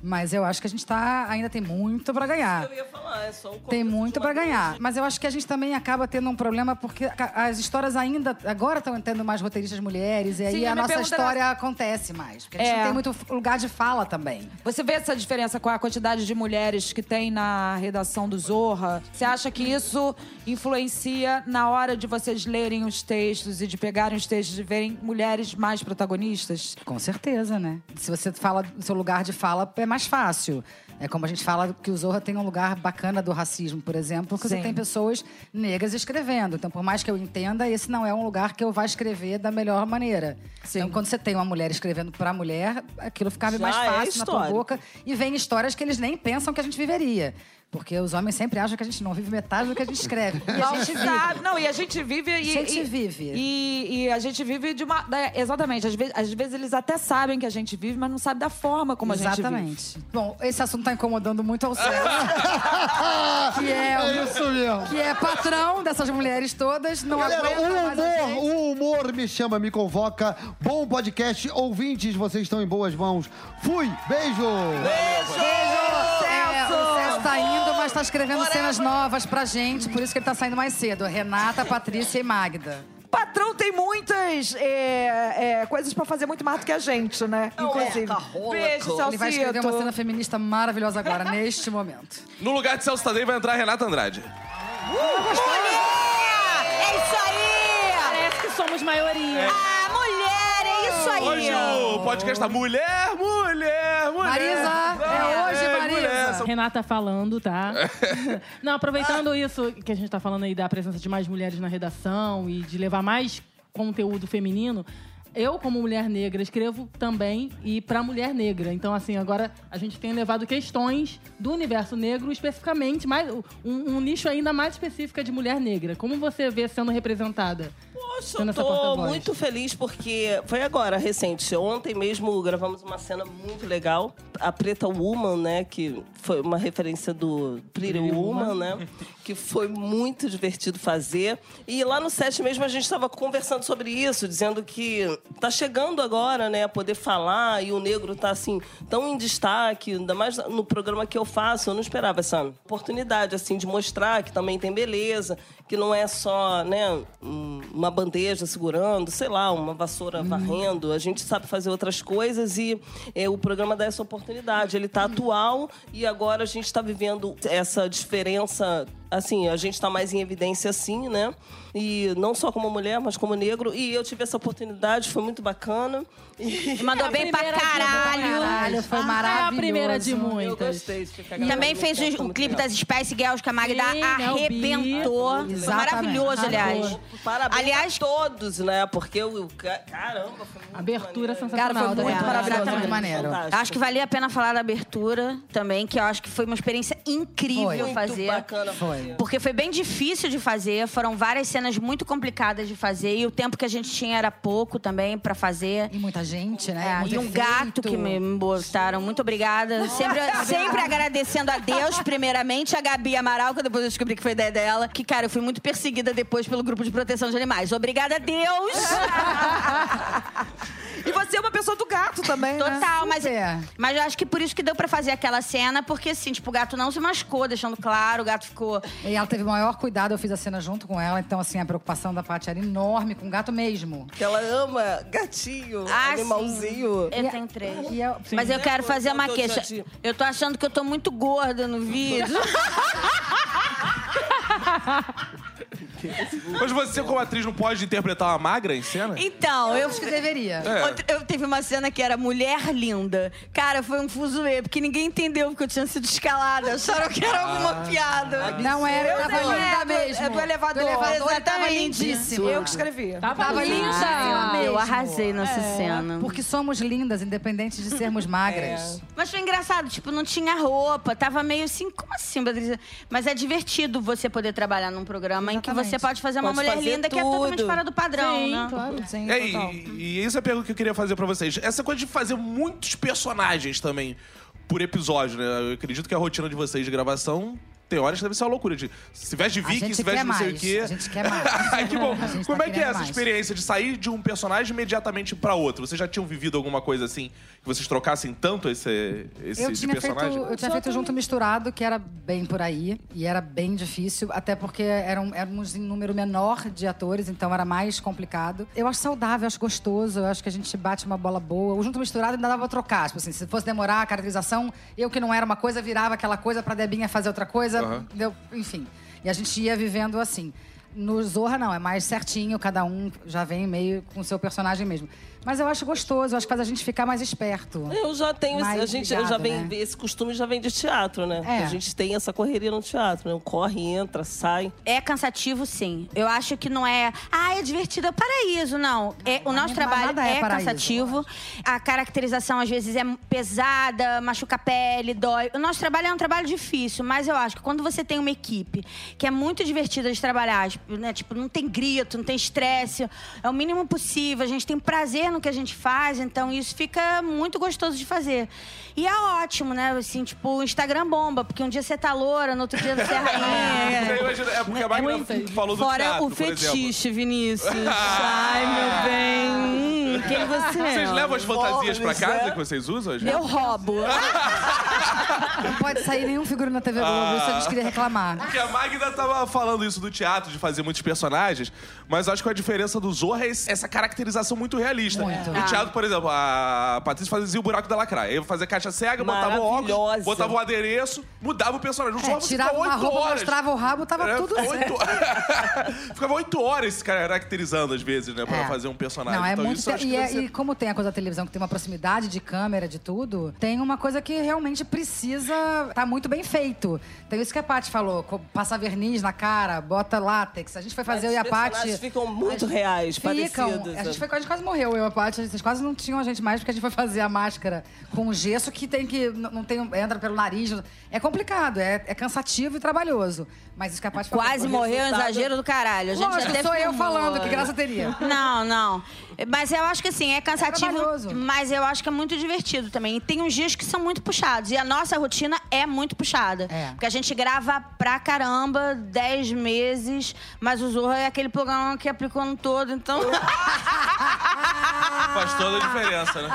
Speaker 4: Mas eu acho que a gente tá, ainda tem muito pra ganhar.
Speaker 6: Eu ia falar, é só o
Speaker 4: Tem
Speaker 6: começo de
Speaker 4: muito
Speaker 6: uma
Speaker 4: pra ganhar. Mas eu acho que a gente também acaba tendo um problema porque ca- as histórias ainda. Agora estão tendo mais roteiristas mulheres, e aí
Speaker 7: Sim, eu
Speaker 4: a
Speaker 7: me
Speaker 4: nossa
Speaker 7: pergunto-
Speaker 4: história acontece mais. Porque a gente
Speaker 7: É.
Speaker 4: não tem muito f- lugar de fala também.
Speaker 7: Você vê essa diferença com a quantidade de mulheres que tem na redação do Zorra? Você acha que isso influencia na hora de vocês lerem os textos e de pegarem os textos e verem mulheres mais protagonistas?
Speaker 4: Com certeza, né? Se você fala do seu lugar de fala, é mais fácil. É como a gente fala que o Zorra tem um lugar bacana do racismo, por exemplo, porque você
Speaker 7: Sim.
Speaker 4: tem pessoas negras escrevendo. Então, por mais que eu entenda, esse não é um lugar que eu vá escrever da melhor maneira.
Speaker 7: Sim.
Speaker 4: Então, quando você tem uma mulher escrevendo pra mulher, aquilo ficava
Speaker 6: Já
Speaker 4: mais
Speaker 6: é
Speaker 4: fácil na tua
Speaker 6: histórico.
Speaker 4: boca. E vem histórias que eles nem pensam que a gente viveria. Porque os homens sempre acham que a gente não vive metade do que a gente escreve. E a
Speaker 7: Não
Speaker 4: gente vive.
Speaker 7: sabe. Não, e a gente vive. E,
Speaker 4: A gente
Speaker 7: e-
Speaker 4: vive.
Speaker 7: E, e a gente vive de uma. da- exatamente. Às vezes, às vezes eles até sabem que a gente vive, mas não sabem da forma como a gente vive.
Speaker 4: Exatamente. Bom, esse assunto tá incomodando muito ao Celso, que é o
Speaker 2: É isso mesmo.
Speaker 4: que é patrão dessas mulheres todas, não
Speaker 2: Galera,
Speaker 4: aguenta mais
Speaker 2: o
Speaker 4: a
Speaker 2: humor,
Speaker 4: gente.
Speaker 2: o humor me chama, me convoca. Bom podcast, ouvintes, vocês estão em boas mãos. Fui, beijo!
Speaker 4: É, o Celso tá indo, mas tá escrevendo cenas novas pra gente, por isso que ele tá saindo mais cedo. Renata, Patrícia e Magda.
Speaker 7: Patrão tem muitas é, é, coisas pra fazer muito mais do que a gente, né? Inclusive. Beijo,
Speaker 4: Ele vai escrever uma cena
Speaker 7: Celcito.
Speaker 4: feminista maravilhosa agora, neste momento.
Speaker 1: No lugar de Celso Tadei vai entrar Renata Andrade.
Speaker 5: É isso aí!
Speaker 8: Parece que somos maioria.
Speaker 5: Ah, mulher, é isso aí!
Speaker 1: Hoje o podcast tá mulher, mulher, mulher.
Speaker 4: Marisa, é
Speaker 1: Não,
Speaker 4: hoje, Marisa.
Speaker 1: são-
Speaker 8: Renata falando, tá? Não, aproveitando isso que a gente tá falando aí da presença de mais mulheres na redação e de levar mais conteúdo feminino, eu, como mulher negra, escrevo também e pra mulher negra. Então, assim, agora a gente tem levado questões do universo negro, especificamente, mais, um, um nicho ainda mais específico é de mulher negra. Como você vê sendo representada?
Speaker 6: Poxa,
Speaker 8: Sendo
Speaker 6: eu
Speaker 8: essa
Speaker 6: tô
Speaker 8: porta-voz.
Speaker 6: muito feliz porque foi agora, recente. Ontem mesmo gravamos uma cena muito legal. A Preta Woman, né? Que foi uma referência do Pretty Woman, né? Que foi muito divertido fazer. E lá no set mesmo a gente estava conversando sobre isso, dizendo que tá chegando agora, né? Poder falar e o negro tá assim, tão em destaque, ainda mais no programa que eu faço. Eu não esperava essa oportunidade, assim, de mostrar que também tem beleza, que não é só, né? um- uma bandeja segurando, sei lá, uma vassoura varrendo. A gente sabe fazer outras coisas e é, o programa dá essa oportunidade. Ele tá atual e agora a gente está vivendo essa diferença. Assim, a gente está mais em evidência, assim, né? E não só como mulher, mas como negro. E eu tive essa oportunidade, foi muito bacana. E
Speaker 5: Mandou bem pra
Speaker 8: primeira dica,
Speaker 5: caralho.
Speaker 4: Caralho, foi
Speaker 8: É a
Speaker 4: maravilhoso.
Speaker 8: primeira de muitas.
Speaker 6: eu gostei de ficar
Speaker 5: E
Speaker 6: gravando
Speaker 5: Também
Speaker 6: no
Speaker 5: fez o,
Speaker 6: tempo,
Speaker 5: o
Speaker 6: muito
Speaker 5: clipe
Speaker 6: legal.
Speaker 5: das Spice Girls que a Magda
Speaker 8: Sim,
Speaker 5: arrebentou.
Speaker 8: Mel B.
Speaker 5: Foi
Speaker 4: Exatamente.
Speaker 5: maravilhoso, aliás.
Speaker 8: Arrasou.
Speaker 6: Parabéns
Speaker 5: Aliás-
Speaker 6: a todos, né? Porque o. o ca- Caramba, foi muito
Speaker 8: Abertura
Speaker 6: maneiro.
Speaker 8: sensacional.
Speaker 7: Cara, foi
Speaker 8: da
Speaker 7: muito
Speaker 8: Renata.
Speaker 7: maravilhoso.
Speaker 4: Exatamente. Maneiro.
Speaker 6: Fantástico.
Speaker 5: Tá, Acho que valia a pena falar da abertura também, que eu acho que foi uma experiência
Speaker 4: Foi.
Speaker 5: incrível
Speaker 4: Muito
Speaker 5: fazer.
Speaker 6: bacana
Speaker 4: Foi.
Speaker 6: fazer.
Speaker 5: Porque foi bem difícil de fazer, foram várias cenas muito complicadas de fazer e o tempo que a gente tinha era pouco também pra fazer.
Speaker 4: E muita gente, né?
Speaker 5: É,
Speaker 4: Muito
Speaker 5: e um
Speaker 4: efeito.
Speaker 5: gato que me me botaram. Muito obrigada. Sempre, sempre agradecendo a Deus, primeiramente, a Gabi Amaral, que depois eu descobri que foi ideia dela. Que, cara, eu fui muito perseguida depois pelo grupo de proteção de animais. Obrigada a Deus!
Speaker 4: É,
Speaker 5: Ah,
Speaker 7: E você é uma pessoa do gato também, né?
Speaker 5: Total, mas,
Speaker 4: Super.
Speaker 5: mas eu acho que por isso que deu pra fazer aquela cena, porque assim, tipo, o gato não se machucou, deixando claro, o gato ficou.
Speaker 4: E ela teve o maior cuidado, eu fiz a cena junto com ela, então assim, a preocupação da Paty era enorme com o gato mesmo.
Speaker 6: Que ela ama gatinho,
Speaker 5: Ah, sim.
Speaker 6: animalzinho.
Speaker 5: Eu tenho três.
Speaker 4: E eu,
Speaker 5: Mas
Speaker 6: Né,
Speaker 5: eu quero fazer uma
Speaker 6: Eu tô
Speaker 5: queixa.
Speaker 6: chateada.
Speaker 5: Eu tô achando que eu tô muito gorda no vídeo.
Speaker 1: Mas você, como atriz, não pode interpretar uma magra em cena?
Speaker 5: Então, eu.
Speaker 4: acho que deveria.
Speaker 5: Outra- Eu teve uma cena que era mulher linda. Cara, foi um fuzuê, porque ninguém entendeu porque eu tinha sido escalada. Acharam que era alguma piada.
Speaker 4: Não era,
Speaker 7: Eu
Speaker 4: tava
Speaker 7: sei,
Speaker 4: linda
Speaker 7: é do-
Speaker 4: mesmo.
Speaker 7: É do elevador.
Speaker 4: Do elevador ele tava Tá
Speaker 7: Exatamente.
Speaker 4: lindíssima.
Speaker 7: Eu que escrevi.
Speaker 8: Tava,
Speaker 4: Tava
Speaker 8: linda!
Speaker 4: lindíssima mesmo.
Speaker 5: Eu arrasei nessa
Speaker 6: É.
Speaker 5: cena.
Speaker 4: Porque somos lindas, independente de sermos magras.
Speaker 7: É.
Speaker 5: Mas foi engraçado, tipo, não tinha roupa, tava meio assim, como assim, Patrícia? Mas é divertido você poder trabalhar num programa em que
Speaker 4: Exatamente.
Speaker 5: você pode fazer uma
Speaker 6: Pode
Speaker 5: mulher
Speaker 6: fazer
Speaker 5: linda que é totalmente
Speaker 6: tudo.
Speaker 5: fora do padrão,
Speaker 8: Sim,
Speaker 5: né?
Speaker 8: claro.
Speaker 4: Um
Speaker 7: Sim,
Speaker 1: É,
Speaker 7: total.
Speaker 1: e, e isso é a pergunta que eu queria fazer pra vocês. Essa coisa de fazer muitos personagens também por episódio, né? Eu acredito que a rotina de vocês de gravação tem horas que deve ser uma loucura. De, se veste de viking,
Speaker 4: gente
Speaker 1: se veste
Speaker 4: quer
Speaker 1: de não sei o
Speaker 4: mais,
Speaker 1: quê.
Speaker 4: a gente quer mais.
Speaker 1: Ai, que bom.
Speaker 4: A gente tá
Speaker 1: Como é que é
Speaker 4: querendo
Speaker 1: essa
Speaker 4: mais.
Speaker 1: experiência de sair de um personagem imediatamente pra outro? Vocês já tinham vivido alguma coisa assim que vocês trocassem tanto esse, esse
Speaker 4: Eu
Speaker 1: de
Speaker 4: tinha, feito,
Speaker 1: personagem?
Speaker 4: eu tinha feito junto misturado, que era bem por aí, e era bem difícil, até porque eram, éramos em número menor de atores, então era mais complicado. Eu acho saudável, eu acho gostoso, eu acho que a gente bate uma bola boa. O junto misturado ainda dava pra trocar, tipo assim, se fosse demorar a caracterização, eu que não era uma coisa, virava aquela coisa pra Debinha fazer outra coisa,
Speaker 1: Aham.
Speaker 4: deu- enfim. E a gente ia vivendo assim. No Zorra, não, é mais certinho, cada um já vem meio com o seu personagem mesmo. Mas eu acho gostoso, eu acho que faz a gente ficar mais esperto.
Speaker 6: Eu já tenho esse,
Speaker 4: Mais
Speaker 6: a gente
Speaker 4: ligado,
Speaker 6: já vem,
Speaker 4: né?
Speaker 6: esse costume já vem de teatro, né?
Speaker 4: É.
Speaker 6: A gente tem essa correria no teatro, né? Corre, entra, sai.
Speaker 5: É cansativo, sim. Eu acho que não é. Ah, é divertido, é paraíso. Não. É, o
Speaker 4: nada
Speaker 5: nosso trabalho
Speaker 4: é
Speaker 5: é,
Speaker 4: paraíso,
Speaker 5: cansativo. A caracterização, às vezes, é pesada, machuca a pele, dói. O nosso trabalho é um trabalho difícil, mas eu acho que quando você tem uma equipe que é muito divertida de trabalhar, né? Tipo, não tem grito, não tem estresse, é o mínimo possível. A gente tem prazer no que a gente faz, então isso fica muito gostoso de fazer. E é ótimo, né? Assim, tipo, o Instagram bomba, porque um dia você tá loura, no outro dia você é rainha.
Speaker 1: Você imagina, é porque a Magna
Speaker 8: Muitas.
Speaker 1: falou do
Speaker 5: Fora
Speaker 1: teatro,
Speaker 5: o
Speaker 1: por exemplo.
Speaker 5: fetiche, Vinícius. Ai, meu bem. Hum, quem você é?
Speaker 1: Vocês levam as fantasias pra
Speaker 6: Móveis,
Speaker 1: casa
Speaker 6: né?
Speaker 1: que vocês usam? às vezes?
Speaker 5: Eu roubo.
Speaker 4: Não pode sair nenhum figurino na TV Globo, isso a gente queria reclamar.
Speaker 1: Porque a Magda tava falando isso do teatro, de fazer muitos personagens, mas acho que a diferença do Zorra é esse- essa caracterização muito realista.
Speaker 4: Muito.
Speaker 1: No teatro, por exemplo, a Patrícia fazia o buraco da lacraia. Eu fazia caixa cega, botava o óculos,
Speaker 6: Maravilhosa.
Speaker 1: botava o adereço, mudava o personagem. O Zorra
Speaker 4: É,
Speaker 1: você
Speaker 4: tirava
Speaker 1: ficava
Speaker 4: uma
Speaker 1: oito
Speaker 4: roupa,
Speaker 1: horas.
Speaker 4: mostrava o rabo, tava
Speaker 1: Era
Speaker 4: tudo certo.
Speaker 1: oito horas. Ficava oito horas se caracterizando, às vezes, né? Pra
Speaker 4: É.
Speaker 1: fazer um personagem.
Speaker 4: Não, é
Speaker 1: então,
Speaker 4: muito.
Speaker 1: isso eu acho
Speaker 4: e,
Speaker 1: que
Speaker 4: é-
Speaker 1: você-
Speaker 4: e como tem a coisa da televisão, que tem uma proximidade de câmera, de tudo, tem uma coisa que realmente precisa estar muito bem feito. Então, isso que a Paty falou: co- passa verniz na cara, bota látex. A gente foi fazer eu e a
Speaker 6: Os personagens
Speaker 4: Paty.
Speaker 6: ficam muito reais, parecidos. né?
Speaker 4: A gente, foi, a gente quase morreu, eu e a Paty. Vocês quase não tinham a gente mais, porque a gente foi fazer a máscara com um gesso que tem que. Não, não tem, entra pelo nariz. É complicado, é, é cansativo e trabalhoso. Mas isso que a Paty falou.
Speaker 5: Quase morreu, é um exagero do caralho. A gente
Speaker 4: Lógico,
Speaker 5: até
Speaker 4: sou eu
Speaker 5: filmou.
Speaker 4: falando, que graça teria.
Speaker 5: Não, não. Mas eu acho que assim, é cansativo,
Speaker 4: trabalhoso.
Speaker 5: mas eu acho que é muito divertido também. E tem uns dias que são muito puxados. E a nossa rotina é muito puxada.
Speaker 4: É.
Speaker 5: Porque a gente grava pra caramba, 10 meses, mas o Zorra é aquele programa que aplicou ano todo, então.
Speaker 1: Faz toda a diferença, né?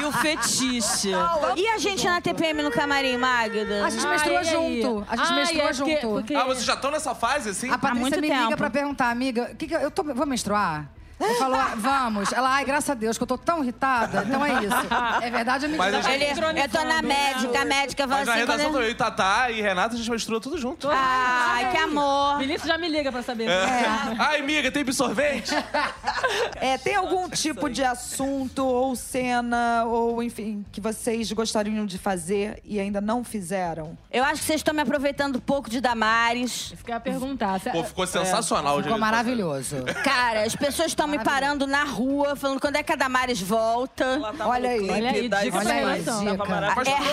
Speaker 6: E o fetiche.
Speaker 5: e a gente na TPM no camarim, Magda?
Speaker 4: A gente menstrua
Speaker 8: Ai, ai, ai.
Speaker 4: junto. A gente
Speaker 8: Ai,
Speaker 4: menstrua
Speaker 8: é porque-
Speaker 4: junto.
Speaker 8: porque-
Speaker 1: Ah, vocês já estão nessa fase, assim?
Speaker 4: A Patrícia
Speaker 5: muito
Speaker 4: me liga
Speaker 5: tempo.
Speaker 4: pra perguntar, amiga, o que que eu, eu tô, vou menstruar? Eu falo, ah, vamos. Ela, ai, graças a Deus, que eu tô tão irritada. Então é isso. É verdade ou é
Speaker 1: Mas a
Speaker 4: mentira?
Speaker 1: gente-
Speaker 5: Ele, eu tô na médica, a médica fala
Speaker 1: Mas na
Speaker 5: assim.
Speaker 1: redação
Speaker 5: quando eu-
Speaker 1: também,
Speaker 4: é-
Speaker 1: eu e Tatá e Renata, a gente misturou tudo junto.
Speaker 5: Ai, que amor.
Speaker 8: Vinícius já me liga pra
Speaker 1: É.
Speaker 8: saber. É.
Speaker 1: Ai, amiga, tem sorvete?
Speaker 7: É, tem algum tipo de assunto ou cena, ou enfim, que vocês gostariam de fazer e ainda não fizeram?
Speaker 5: Eu acho que vocês estão me aproveitando um pouco de Damares.
Speaker 8: Isso que eu ia perguntar. Se-
Speaker 1: Pô, ficou sensacional, gente.
Speaker 4: Ficou maravilhoso.
Speaker 5: Cara, as pessoas estão me parando na rua, falando quando é que a Damares volta.
Speaker 6: Olha aí,
Speaker 8: Olha aí, dica
Speaker 4: Olha
Speaker 8: pra
Speaker 4: aí,
Speaker 8: relação.
Speaker 4: dica.
Speaker 1: Mas
Speaker 5: É
Speaker 1: por outro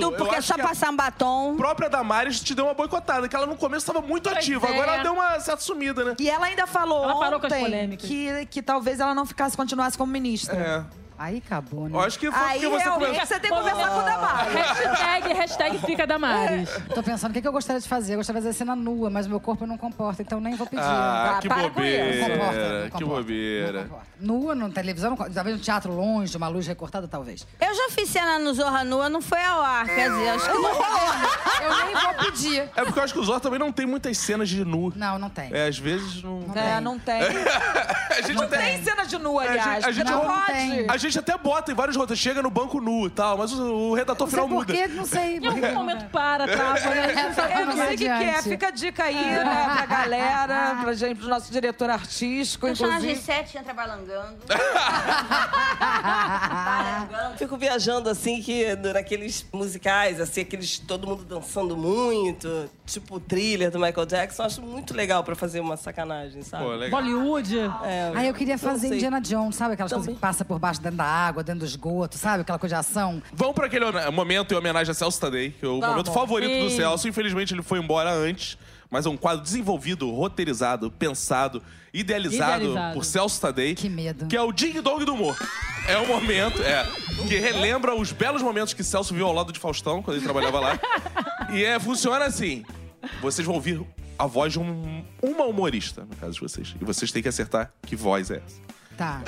Speaker 1: lado, eu
Speaker 5: porque é
Speaker 1: acho
Speaker 5: só
Speaker 1: que a
Speaker 5: passar um batom.
Speaker 1: própria Damares te deu uma boicotada, que ela no começo tava muito
Speaker 8: Pois
Speaker 1: ativa,
Speaker 8: é.
Speaker 1: agora ela deu uma certa sumida, né?
Speaker 7: E ela ainda falou
Speaker 8: Ela parou com as
Speaker 7: ontem
Speaker 8: polêmicas.
Speaker 7: que, que talvez ela não ficasse, continuasse como ministra.
Speaker 1: É.
Speaker 4: Aí acabou,
Speaker 1: Eu
Speaker 4: né?
Speaker 1: acho que foi
Speaker 7: Aí
Speaker 1: porque você
Speaker 7: realmente
Speaker 8: é
Speaker 1: começou.
Speaker 7: você tem que conversar com o Damares.
Speaker 8: Hashtag, hashtag fica Damares.
Speaker 1: É.
Speaker 4: Tô pensando o que, que eu gostaria de fazer. Eu gostaria de fazer cena nua, mas meu corpo não comporta, então nem vou pedir.
Speaker 1: Ah,
Speaker 5: Ah,
Speaker 1: que
Speaker 5: para com isso.
Speaker 4: Não comporta,
Speaker 1: bobeira.
Speaker 4: não
Speaker 1: que
Speaker 4: comporta,
Speaker 1: bobeira.
Speaker 4: não comporta. Nua na televisão, não, comporta. talvez um teatro longe, uma luz recortada, talvez.
Speaker 5: Eu já fiz cena no Zorra Nua, não foi ao ar, quer dizer, acho que não
Speaker 4: Eu nem vou pedir.
Speaker 1: É porque eu acho que o Zor também não tem muitas cenas de nu.
Speaker 4: Não, não tem.
Speaker 1: É, às vezes não.
Speaker 7: É, não tem.
Speaker 1: A gente
Speaker 7: Não
Speaker 1: até.
Speaker 7: tem cena de nu,
Speaker 1: a gente-
Speaker 7: aliás.
Speaker 1: a gente
Speaker 7: não
Speaker 1: não
Speaker 7: pode.
Speaker 4: tem.
Speaker 1: A gente até bota em vários roteiros, chega no banco nu e tal, mas o, o redator
Speaker 4: Não sei
Speaker 1: final muda. É.
Speaker 4: porquê, não sei.
Speaker 8: Em algum momento para, trava, né? A gente não sabe
Speaker 7: Eu não
Speaker 8: como
Speaker 7: sei o que, que é.
Speaker 4: Adiante.
Speaker 7: Fica a dica aí, né, pra galera, pra gente, pro nosso diretor artístico,
Speaker 5: Personagem
Speaker 7: inclusive.
Speaker 5: 7 entra balangando.
Speaker 6: Fico viajando assim, que naqueles musicais, assim, aqueles todo mundo dançando muito, tipo o thriller do Michael Jackson, eu acho muito legal pra fazer uma sacanagem, sabe?
Speaker 1: Pô, legal.
Speaker 8: Bollywood.
Speaker 6: É,
Speaker 4: Ah, eu queria
Speaker 6: não
Speaker 4: fazer
Speaker 6: sei.
Speaker 4: Indiana Jones, sabe? Aquelas coisas que passa por baixo dentro da água, dentro do esgoto, sabe? Aquela coisa de ação.
Speaker 1: Vamos pra aquele hona- momento em homenagem a Celso Tadei, que é o momento favorito do
Speaker 8: Sim.
Speaker 1: Celso. Infelizmente, ele foi embora antes. Mas é um quadro desenvolvido, roteirizado, pensado, idealizado,
Speaker 8: Idealizado.
Speaker 1: por Celso Tadei.
Speaker 4: Que medo.
Speaker 1: Que é o Ding Dong do humor. É o momento, é, que relembra os belos momentos que Celso viu ao lado de Faustão, quando ele trabalhava lá. E é, funciona assim. Vocês vão ouvir a voz de um, uma humorista, no caso de vocês. E vocês têm que acertar que voz é essa.
Speaker 4: Tá.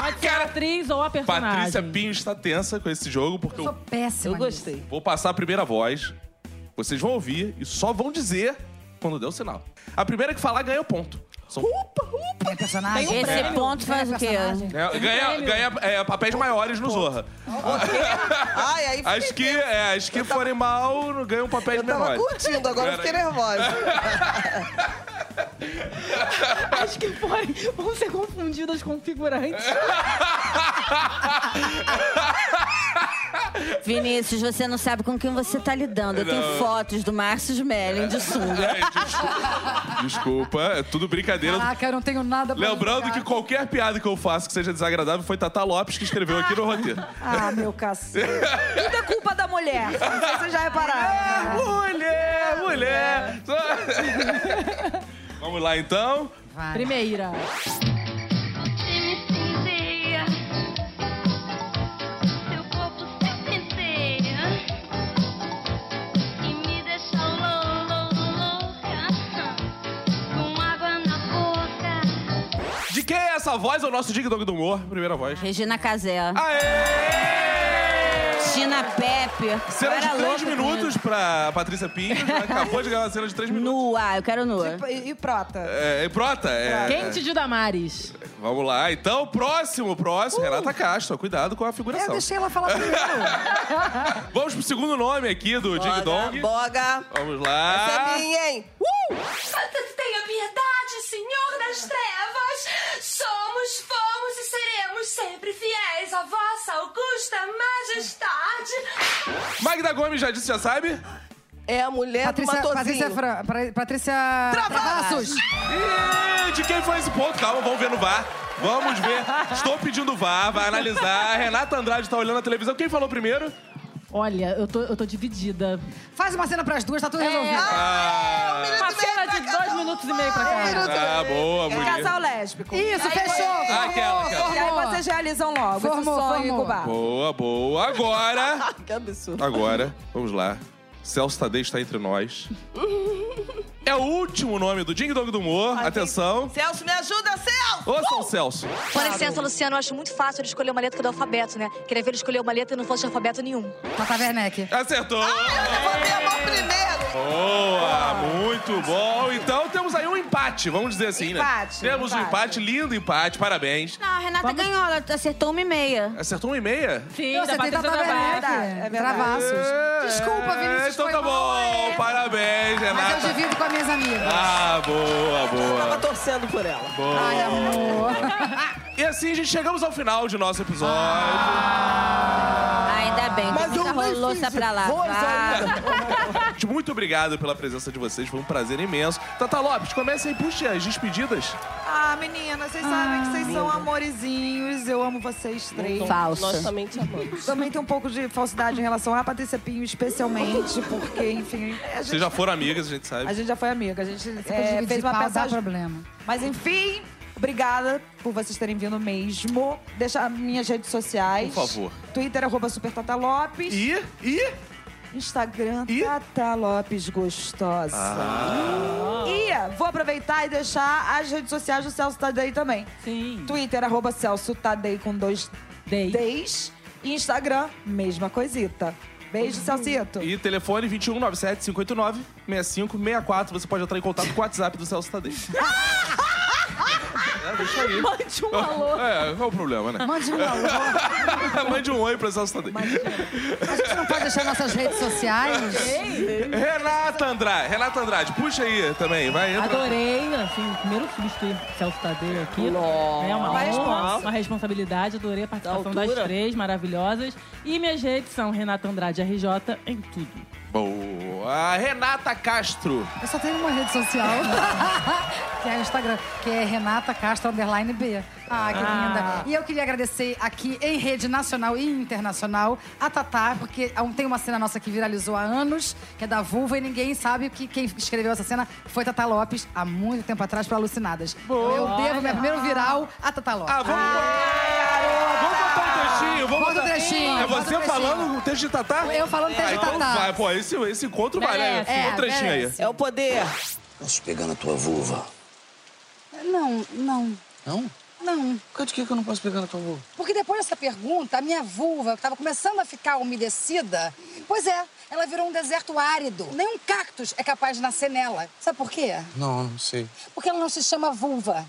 Speaker 8: Pode ser um a atriz ou a personagem.
Speaker 1: Patrícia Pinho está tensa com esse jogo, porque
Speaker 4: Eu
Speaker 1: o
Speaker 4: sou péssima.
Speaker 6: Eu gostei.
Speaker 1: Vou passar a primeira voz. Vocês vão ouvir e só vão dizer quando der o sinal. A primeira que falar ganha o ponto. São-
Speaker 4: nisso. Minha personagem.
Speaker 5: Esse ponto um faz
Speaker 4: Minha
Speaker 5: o quê?
Speaker 4: personagem.
Speaker 1: É, ganha ganha é, papéis maiores no Zorra.
Speaker 6: Ai, aí fiquei-
Speaker 1: As que, é, as que forem mal ganham papéis
Speaker 6: Eu tava
Speaker 1: menores.
Speaker 6: curtindo, agora eu fiquei nervosa.
Speaker 8: As que forem vão ser confundidas com figurantes.
Speaker 5: Vinícius, você não sabe com quem você tá lidando. Eu
Speaker 1: Não.
Speaker 5: tenho fotos do Márcio Smelling de sunga.
Speaker 1: Ai, É, desculpa. Desculpa, é tudo brincadeira.
Speaker 6: Ah,
Speaker 4: Caraca, eu não tenho nada pra
Speaker 1: Lembrando
Speaker 4: julgar.
Speaker 1: que qualquer piada que eu faço que seja desagradável foi Tata Lopes que escreveu aqui no roteiro.
Speaker 7: Ah, meu cacete. Tudo é culpa da mulher. Não sei se Vocês já repararam.
Speaker 6: Ah,
Speaker 1: Mulher, mulher. Só- Vamos lá então.
Speaker 4: Vai.
Speaker 8: Primeira.
Speaker 9: Seu corpo sempre inteira e me deixa louca com água na boca.
Speaker 1: De quem é essa voz? É o nosso Dig Dog do Humor, primeira voz.
Speaker 5: Regina Casé.
Speaker 1: Aê!
Speaker 5: Tina Pepe. Eu
Speaker 1: Cena
Speaker 5: era
Speaker 1: de três
Speaker 5: é louca com
Speaker 1: minutos pra Patrícia Pinho. né? Acabou de gravar a cena de três
Speaker 5: isso.
Speaker 1: minutos.
Speaker 5: Nua, eu quero nua.
Speaker 7: E, e prota.
Speaker 1: É, é prota? É,
Speaker 8: Quente de Damares.
Speaker 1: Vamos lá, então, próximo, próximo. Renata Castro, cuidado com a
Speaker 4: Eu
Speaker 1: figuração.
Speaker 4: deixei ela falar primeiro.
Speaker 1: Vamos pro segundo nome aqui do Dig Dong. Ah.
Speaker 6: boga.
Speaker 1: Vamos
Speaker 6: Essa é
Speaker 1: lá.
Speaker 6: minha, hein?
Speaker 9: Tenha piedade, Senhor das Trevas! Somos, fomos e seremos sempre fiéis à vossa augusta majestade!
Speaker 1: Magda Gomes já disse, já sabe?
Speaker 6: É a mulher
Speaker 4: Patrícia,
Speaker 6: do Matozinho.
Speaker 4: Patrícia, Fra, Pra- Patrícia Travassos.
Speaker 1: Ih, De quem foi esse ponto? Calma, vamos ver no VAR. Vamos ver. Estou pedindo VAR, vai analisar. A Renata Andrade tá olhando a televisão. Quem falou primeiro?
Speaker 8: Olha, eu tô, eu tô dividida.
Speaker 4: Faz uma cena pras duas, tá tudo resolvido.
Speaker 1: Ah,
Speaker 8: Uma cena de dois minutos e meio pra cá.
Speaker 1: ah boa, mulher.
Speaker 7: É Casal lésbico.
Speaker 4: Isso, fechou.
Speaker 1: Ah, aquela, aquela.
Speaker 7: E aí vocês realizam logo.
Speaker 4: Formou,
Speaker 7: esse sonho
Speaker 4: formou.
Speaker 7: incubado.
Speaker 1: Boa, boa. Agora,
Speaker 6: Que absurdo.
Speaker 1: agora, vamos lá. Celso Tadei está entre nós. É o último nome do Ding Dong do Humor. Atenção.
Speaker 6: Celso, me ajuda, Celso!
Speaker 1: Ô, São Celso.
Speaker 9: Com licença, Luciano, eu acho muito fácil ele escolher uma letra do alfabeto, né? Queria ver ele escolher uma letra e não fosse de alfabeto nenhum.
Speaker 4: Tata Werneck.
Speaker 1: Acertou!
Speaker 6: Levantei a mão primeiro.
Speaker 1: Boa, muito bom. Então temos aí um empate, vamos dizer assim,
Speaker 7: Empate,
Speaker 1: né? Temos um empate,
Speaker 7: empate.
Speaker 1: lindo empate, parabéns.
Speaker 5: Não, a Renata ganhou, ela acertou uma e meia.
Speaker 1: Acertou um e meia?
Speaker 8: Sim,
Speaker 4: Você
Speaker 8: da
Speaker 4: tem
Speaker 8: Patrícia
Speaker 4: Tata
Speaker 8: Damares.
Speaker 7: verdade, é
Speaker 4: Werneck.
Speaker 7: verdade.
Speaker 1: É,
Speaker 4: Travassos. Desculpa, Vinícius.
Speaker 1: Então
Speaker 4: foi
Speaker 1: tá
Speaker 4: mal.
Speaker 1: bom, parabéns,
Speaker 4: Mas eu
Speaker 1: Renata.
Speaker 4: divido com as minhas amigas.
Speaker 1: Ah, boa,
Speaker 6: Eu tava
Speaker 1: boa.
Speaker 6: torcendo por ela.
Speaker 4: Ai, amor.
Speaker 1: E assim, gente, chegamos ao final de nosso episódio.
Speaker 5: Ainda bem,
Speaker 6: Mas
Speaker 5: tem muita
Speaker 6: eu nem
Speaker 5: roloça
Speaker 6: fiz
Speaker 5: pra lá.
Speaker 6: voz ainda.
Speaker 1: Gente, Muito obrigado pela presença de vocês, foi um prazer imenso. Tata Lopes, comece aí, puxe as despedidas.
Speaker 7: Ah, meninas, vocês sabem que vocês
Speaker 4: Ah,
Speaker 7: são amorezinhos. Eu amo vocês três.
Speaker 4: Tá.
Speaker 5: Falsa.
Speaker 6: Nós também te amamos.
Speaker 7: Também tem um pouco de falsidade em relação à Patrícia Pinho, especialmente, porque, enfim, a
Speaker 1: Vocês
Speaker 7: gente,
Speaker 1: já foram amigas, a gente sabe.
Speaker 7: a gente já foi amiga. A gente
Speaker 4: Se
Speaker 7: eh,
Speaker 4: é, dividir
Speaker 7: fez uma
Speaker 4: pau, dá
Speaker 7: pesagem
Speaker 4: problema.
Speaker 7: Mas enfim, obrigada por vocês terem vindo mesmo. Deixa as minhas redes sociais.
Speaker 1: Por favor.
Speaker 7: Twitter, arroba Supertata Lopes.
Speaker 1: E, e...
Speaker 7: Instagram,
Speaker 1: E?
Speaker 7: Tata Lopes Gostosa.
Speaker 1: Ah.
Speaker 7: E vou aproveitar e deixar as redes sociais do Celso Tadei também.
Speaker 8: Sim.
Speaker 7: Twitter, arroba Celso Tadei com dois
Speaker 8: Dei.
Speaker 7: Ds. E Instagram, mesma coisita. Beijo, Celcito.
Speaker 1: E um, telefone 2197-589-6564. Você pode entrar em contato com o WhatsApp do Celso Tadei. é, deixa aí.
Speaker 8: Mande um alô.
Speaker 1: É, qual o problema, né?
Speaker 4: Mande um alô.
Speaker 1: Mande um oi pro Celso Tadei.
Speaker 4: A gente não pode deixar nossas redes sociais.
Speaker 1: Renata Andrade, Renata Andrade, puxa aí também, vai, entra.
Speaker 8: Adorei, assim, o primeiro susto do Celso Tadeu aqui. É uma
Speaker 7: Uma
Speaker 8: honra,
Speaker 7: responsa.
Speaker 8: uma responsabilidade. Adorei a participação
Speaker 6: Da
Speaker 8: das
Speaker 6: altura.
Speaker 8: três, maravilhosas. E minhas redes são Renata Andrade RJ em tudo.
Speaker 1: Boa. Renata Castro.
Speaker 4: Eu só tenho uma rede social. que é o Instagram, que é Renata Castro Underline B. Ah, que linda. E eu queria agradecer aqui em rede nacional e internacional a Tatá, porque há um- tem uma cena nossa que viralizou há anos, que é da vulva, e ninguém sabe que quem escreveu essa cena foi Tatá Lopes, há muito tempo atrás, para Alucinadas. Então eu devo meu primeiro viral a Tatá Lopes.
Speaker 1: Ah, vamos. vamos botar um trechinho, vamos
Speaker 4: Bota um
Speaker 1: botar-
Speaker 4: trechinho,
Speaker 1: É
Speaker 4: bota um
Speaker 1: você
Speaker 4: trechinho.
Speaker 1: falando o texto de Tatá?
Speaker 4: Eu falando texto de
Speaker 1: Ah, então
Speaker 4: Tatá.
Speaker 1: vai, pô, esse, esse encontro vai, né?
Speaker 8: Merece.
Speaker 1: Bota um
Speaker 4: É,
Speaker 1: trechinho aí.
Speaker 4: merece.
Speaker 6: É o poder.
Speaker 10: Posso pegar na tua vulva?
Speaker 11: Não, não.
Speaker 10: Não?
Speaker 11: Não.
Speaker 10: Por causa de que que eu não posso pegar na tua vulva?
Speaker 11: Porque depois dessa pergunta, a minha vulva, que tava começando a ficar umedecida, pois é, ela virou um deserto árido. Nenhum cactus é capaz de nascer nela. Sabe por quê?
Speaker 10: Não, não sei.
Speaker 11: Porque ela não se chama vulva.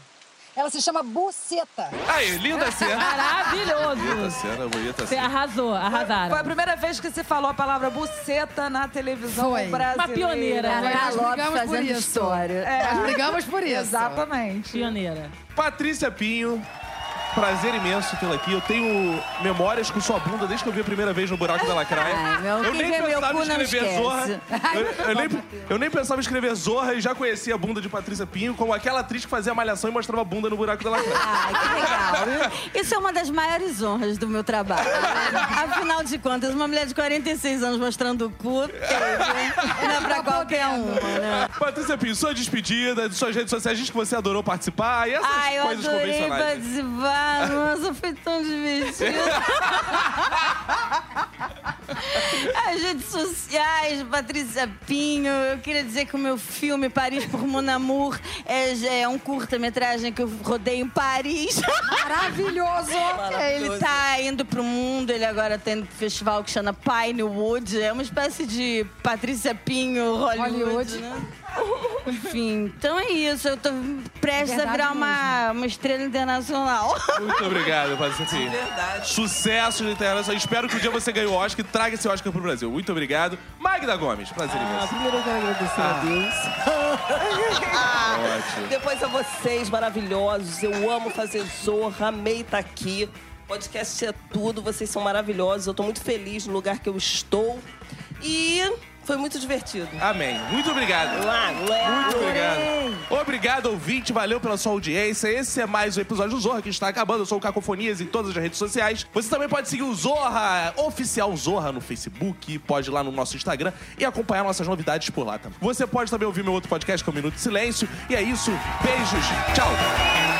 Speaker 11: Ela se chama Buceta.
Speaker 1: Aí, linda cena.
Speaker 7: Maravilhoso.
Speaker 1: Linda cena, bonita
Speaker 7: Você
Speaker 1: cena.
Speaker 7: arrasou, arrasaram. Foi a primeira vez que você falou a palavra buceta na televisão
Speaker 4: Foi.
Speaker 7: brasileira.
Speaker 4: Uma pioneira,
Speaker 7: Nós
Speaker 4: né? Carla Lopes
Speaker 7: brigamos por
Speaker 4: fazendo
Speaker 7: isso.
Speaker 4: história. Nós brigamos por isso.
Speaker 7: Exatamente.
Speaker 8: Pioneira.
Speaker 1: Patrícia Pinho. Prazer imenso tê-la aqui. Eu tenho memórias com sua bunda desde que eu vi a primeira vez no buraco da lacraia.
Speaker 12: Ai, meu,
Speaker 1: eu
Speaker 12: quem vê meu cu não esquece.
Speaker 1: Zorra. Eu, eu nem, eu nem pensava em escrever Zorra e já conhecia a bunda de Patrícia Pinho como aquela atriz que fazia malhação e mostrava a bunda no buraco da lacraia.
Speaker 5: Legal. Isso é uma das maiores honras do meu trabalho. Afinal de contas, uma mulher de 46 anos mostrando o cu, teve. Não é
Speaker 7: Tá
Speaker 5: pra qualquer uma, né?
Speaker 1: Patrícia Pinho, sua despedida, de suas redes sociais, diz que você adorou participar e essas
Speaker 5: Ai, eu
Speaker 1: coisas
Speaker 5: adorei
Speaker 1: convencionais. né?
Speaker 5: participar. Nossa, foi tão divertido. As redes sociais, Patrícia Pinho. Eu queria dizer que o meu filme Paris por Mon Amour é, já é um curta-metragem que eu rodei em Paris.
Speaker 11: Maravilhoso!
Speaker 5: Ele tá indo pro mundo, ele agora tá indo pro festival que chama Pinewood. É uma espécie de Patrícia Pinho Hollywood,
Speaker 4: Hollywood.
Speaker 5: né? Enfim, então é isso. Eu tô prestes a
Speaker 1: Verdade
Speaker 5: virar uma, uma estrela internacional.
Speaker 1: Muito obrigado, Patrícia Pinho.
Speaker 6: Ah,
Speaker 1: Verdade. Sucesso de internacional. Espero que um dia você ganhe o Oscar e traga esse Oscar pro Brasil. Muito obrigado. Magda Gomes, prazer
Speaker 6: Ah,
Speaker 1: imenso.
Speaker 6: primeiro eu quero agradecer a
Speaker 1: Ah.
Speaker 6: Deus.
Speaker 1: Ótimo.
Speaker 6: Depois a vocês maravilhosos. Eu amo fazer Zorra, amei estar aqui. Podcast é tudo, vocês são maravilhosos. Eu tô muito feliz no lugar que eu estou. E foi muito divertido.
Speaker 1: Amém. Muito obrigado. Muito obrigado. Obrigado, ouvinte. Valeu pela sua audiência. Esse é mais um episódio do Zorra que está acabando. Eu sou o Cacofonias em todas as redes sociais. Você também pode seguir o Zorra, oficial Zorra, no Facebook. Pode ir lá no nosso Instagram e acompanhar nossas novidades por lá também. Você pode também ouvir meu outro podcast, que é o Minuto de Silêncio. E é isso. Beijos. Tchau.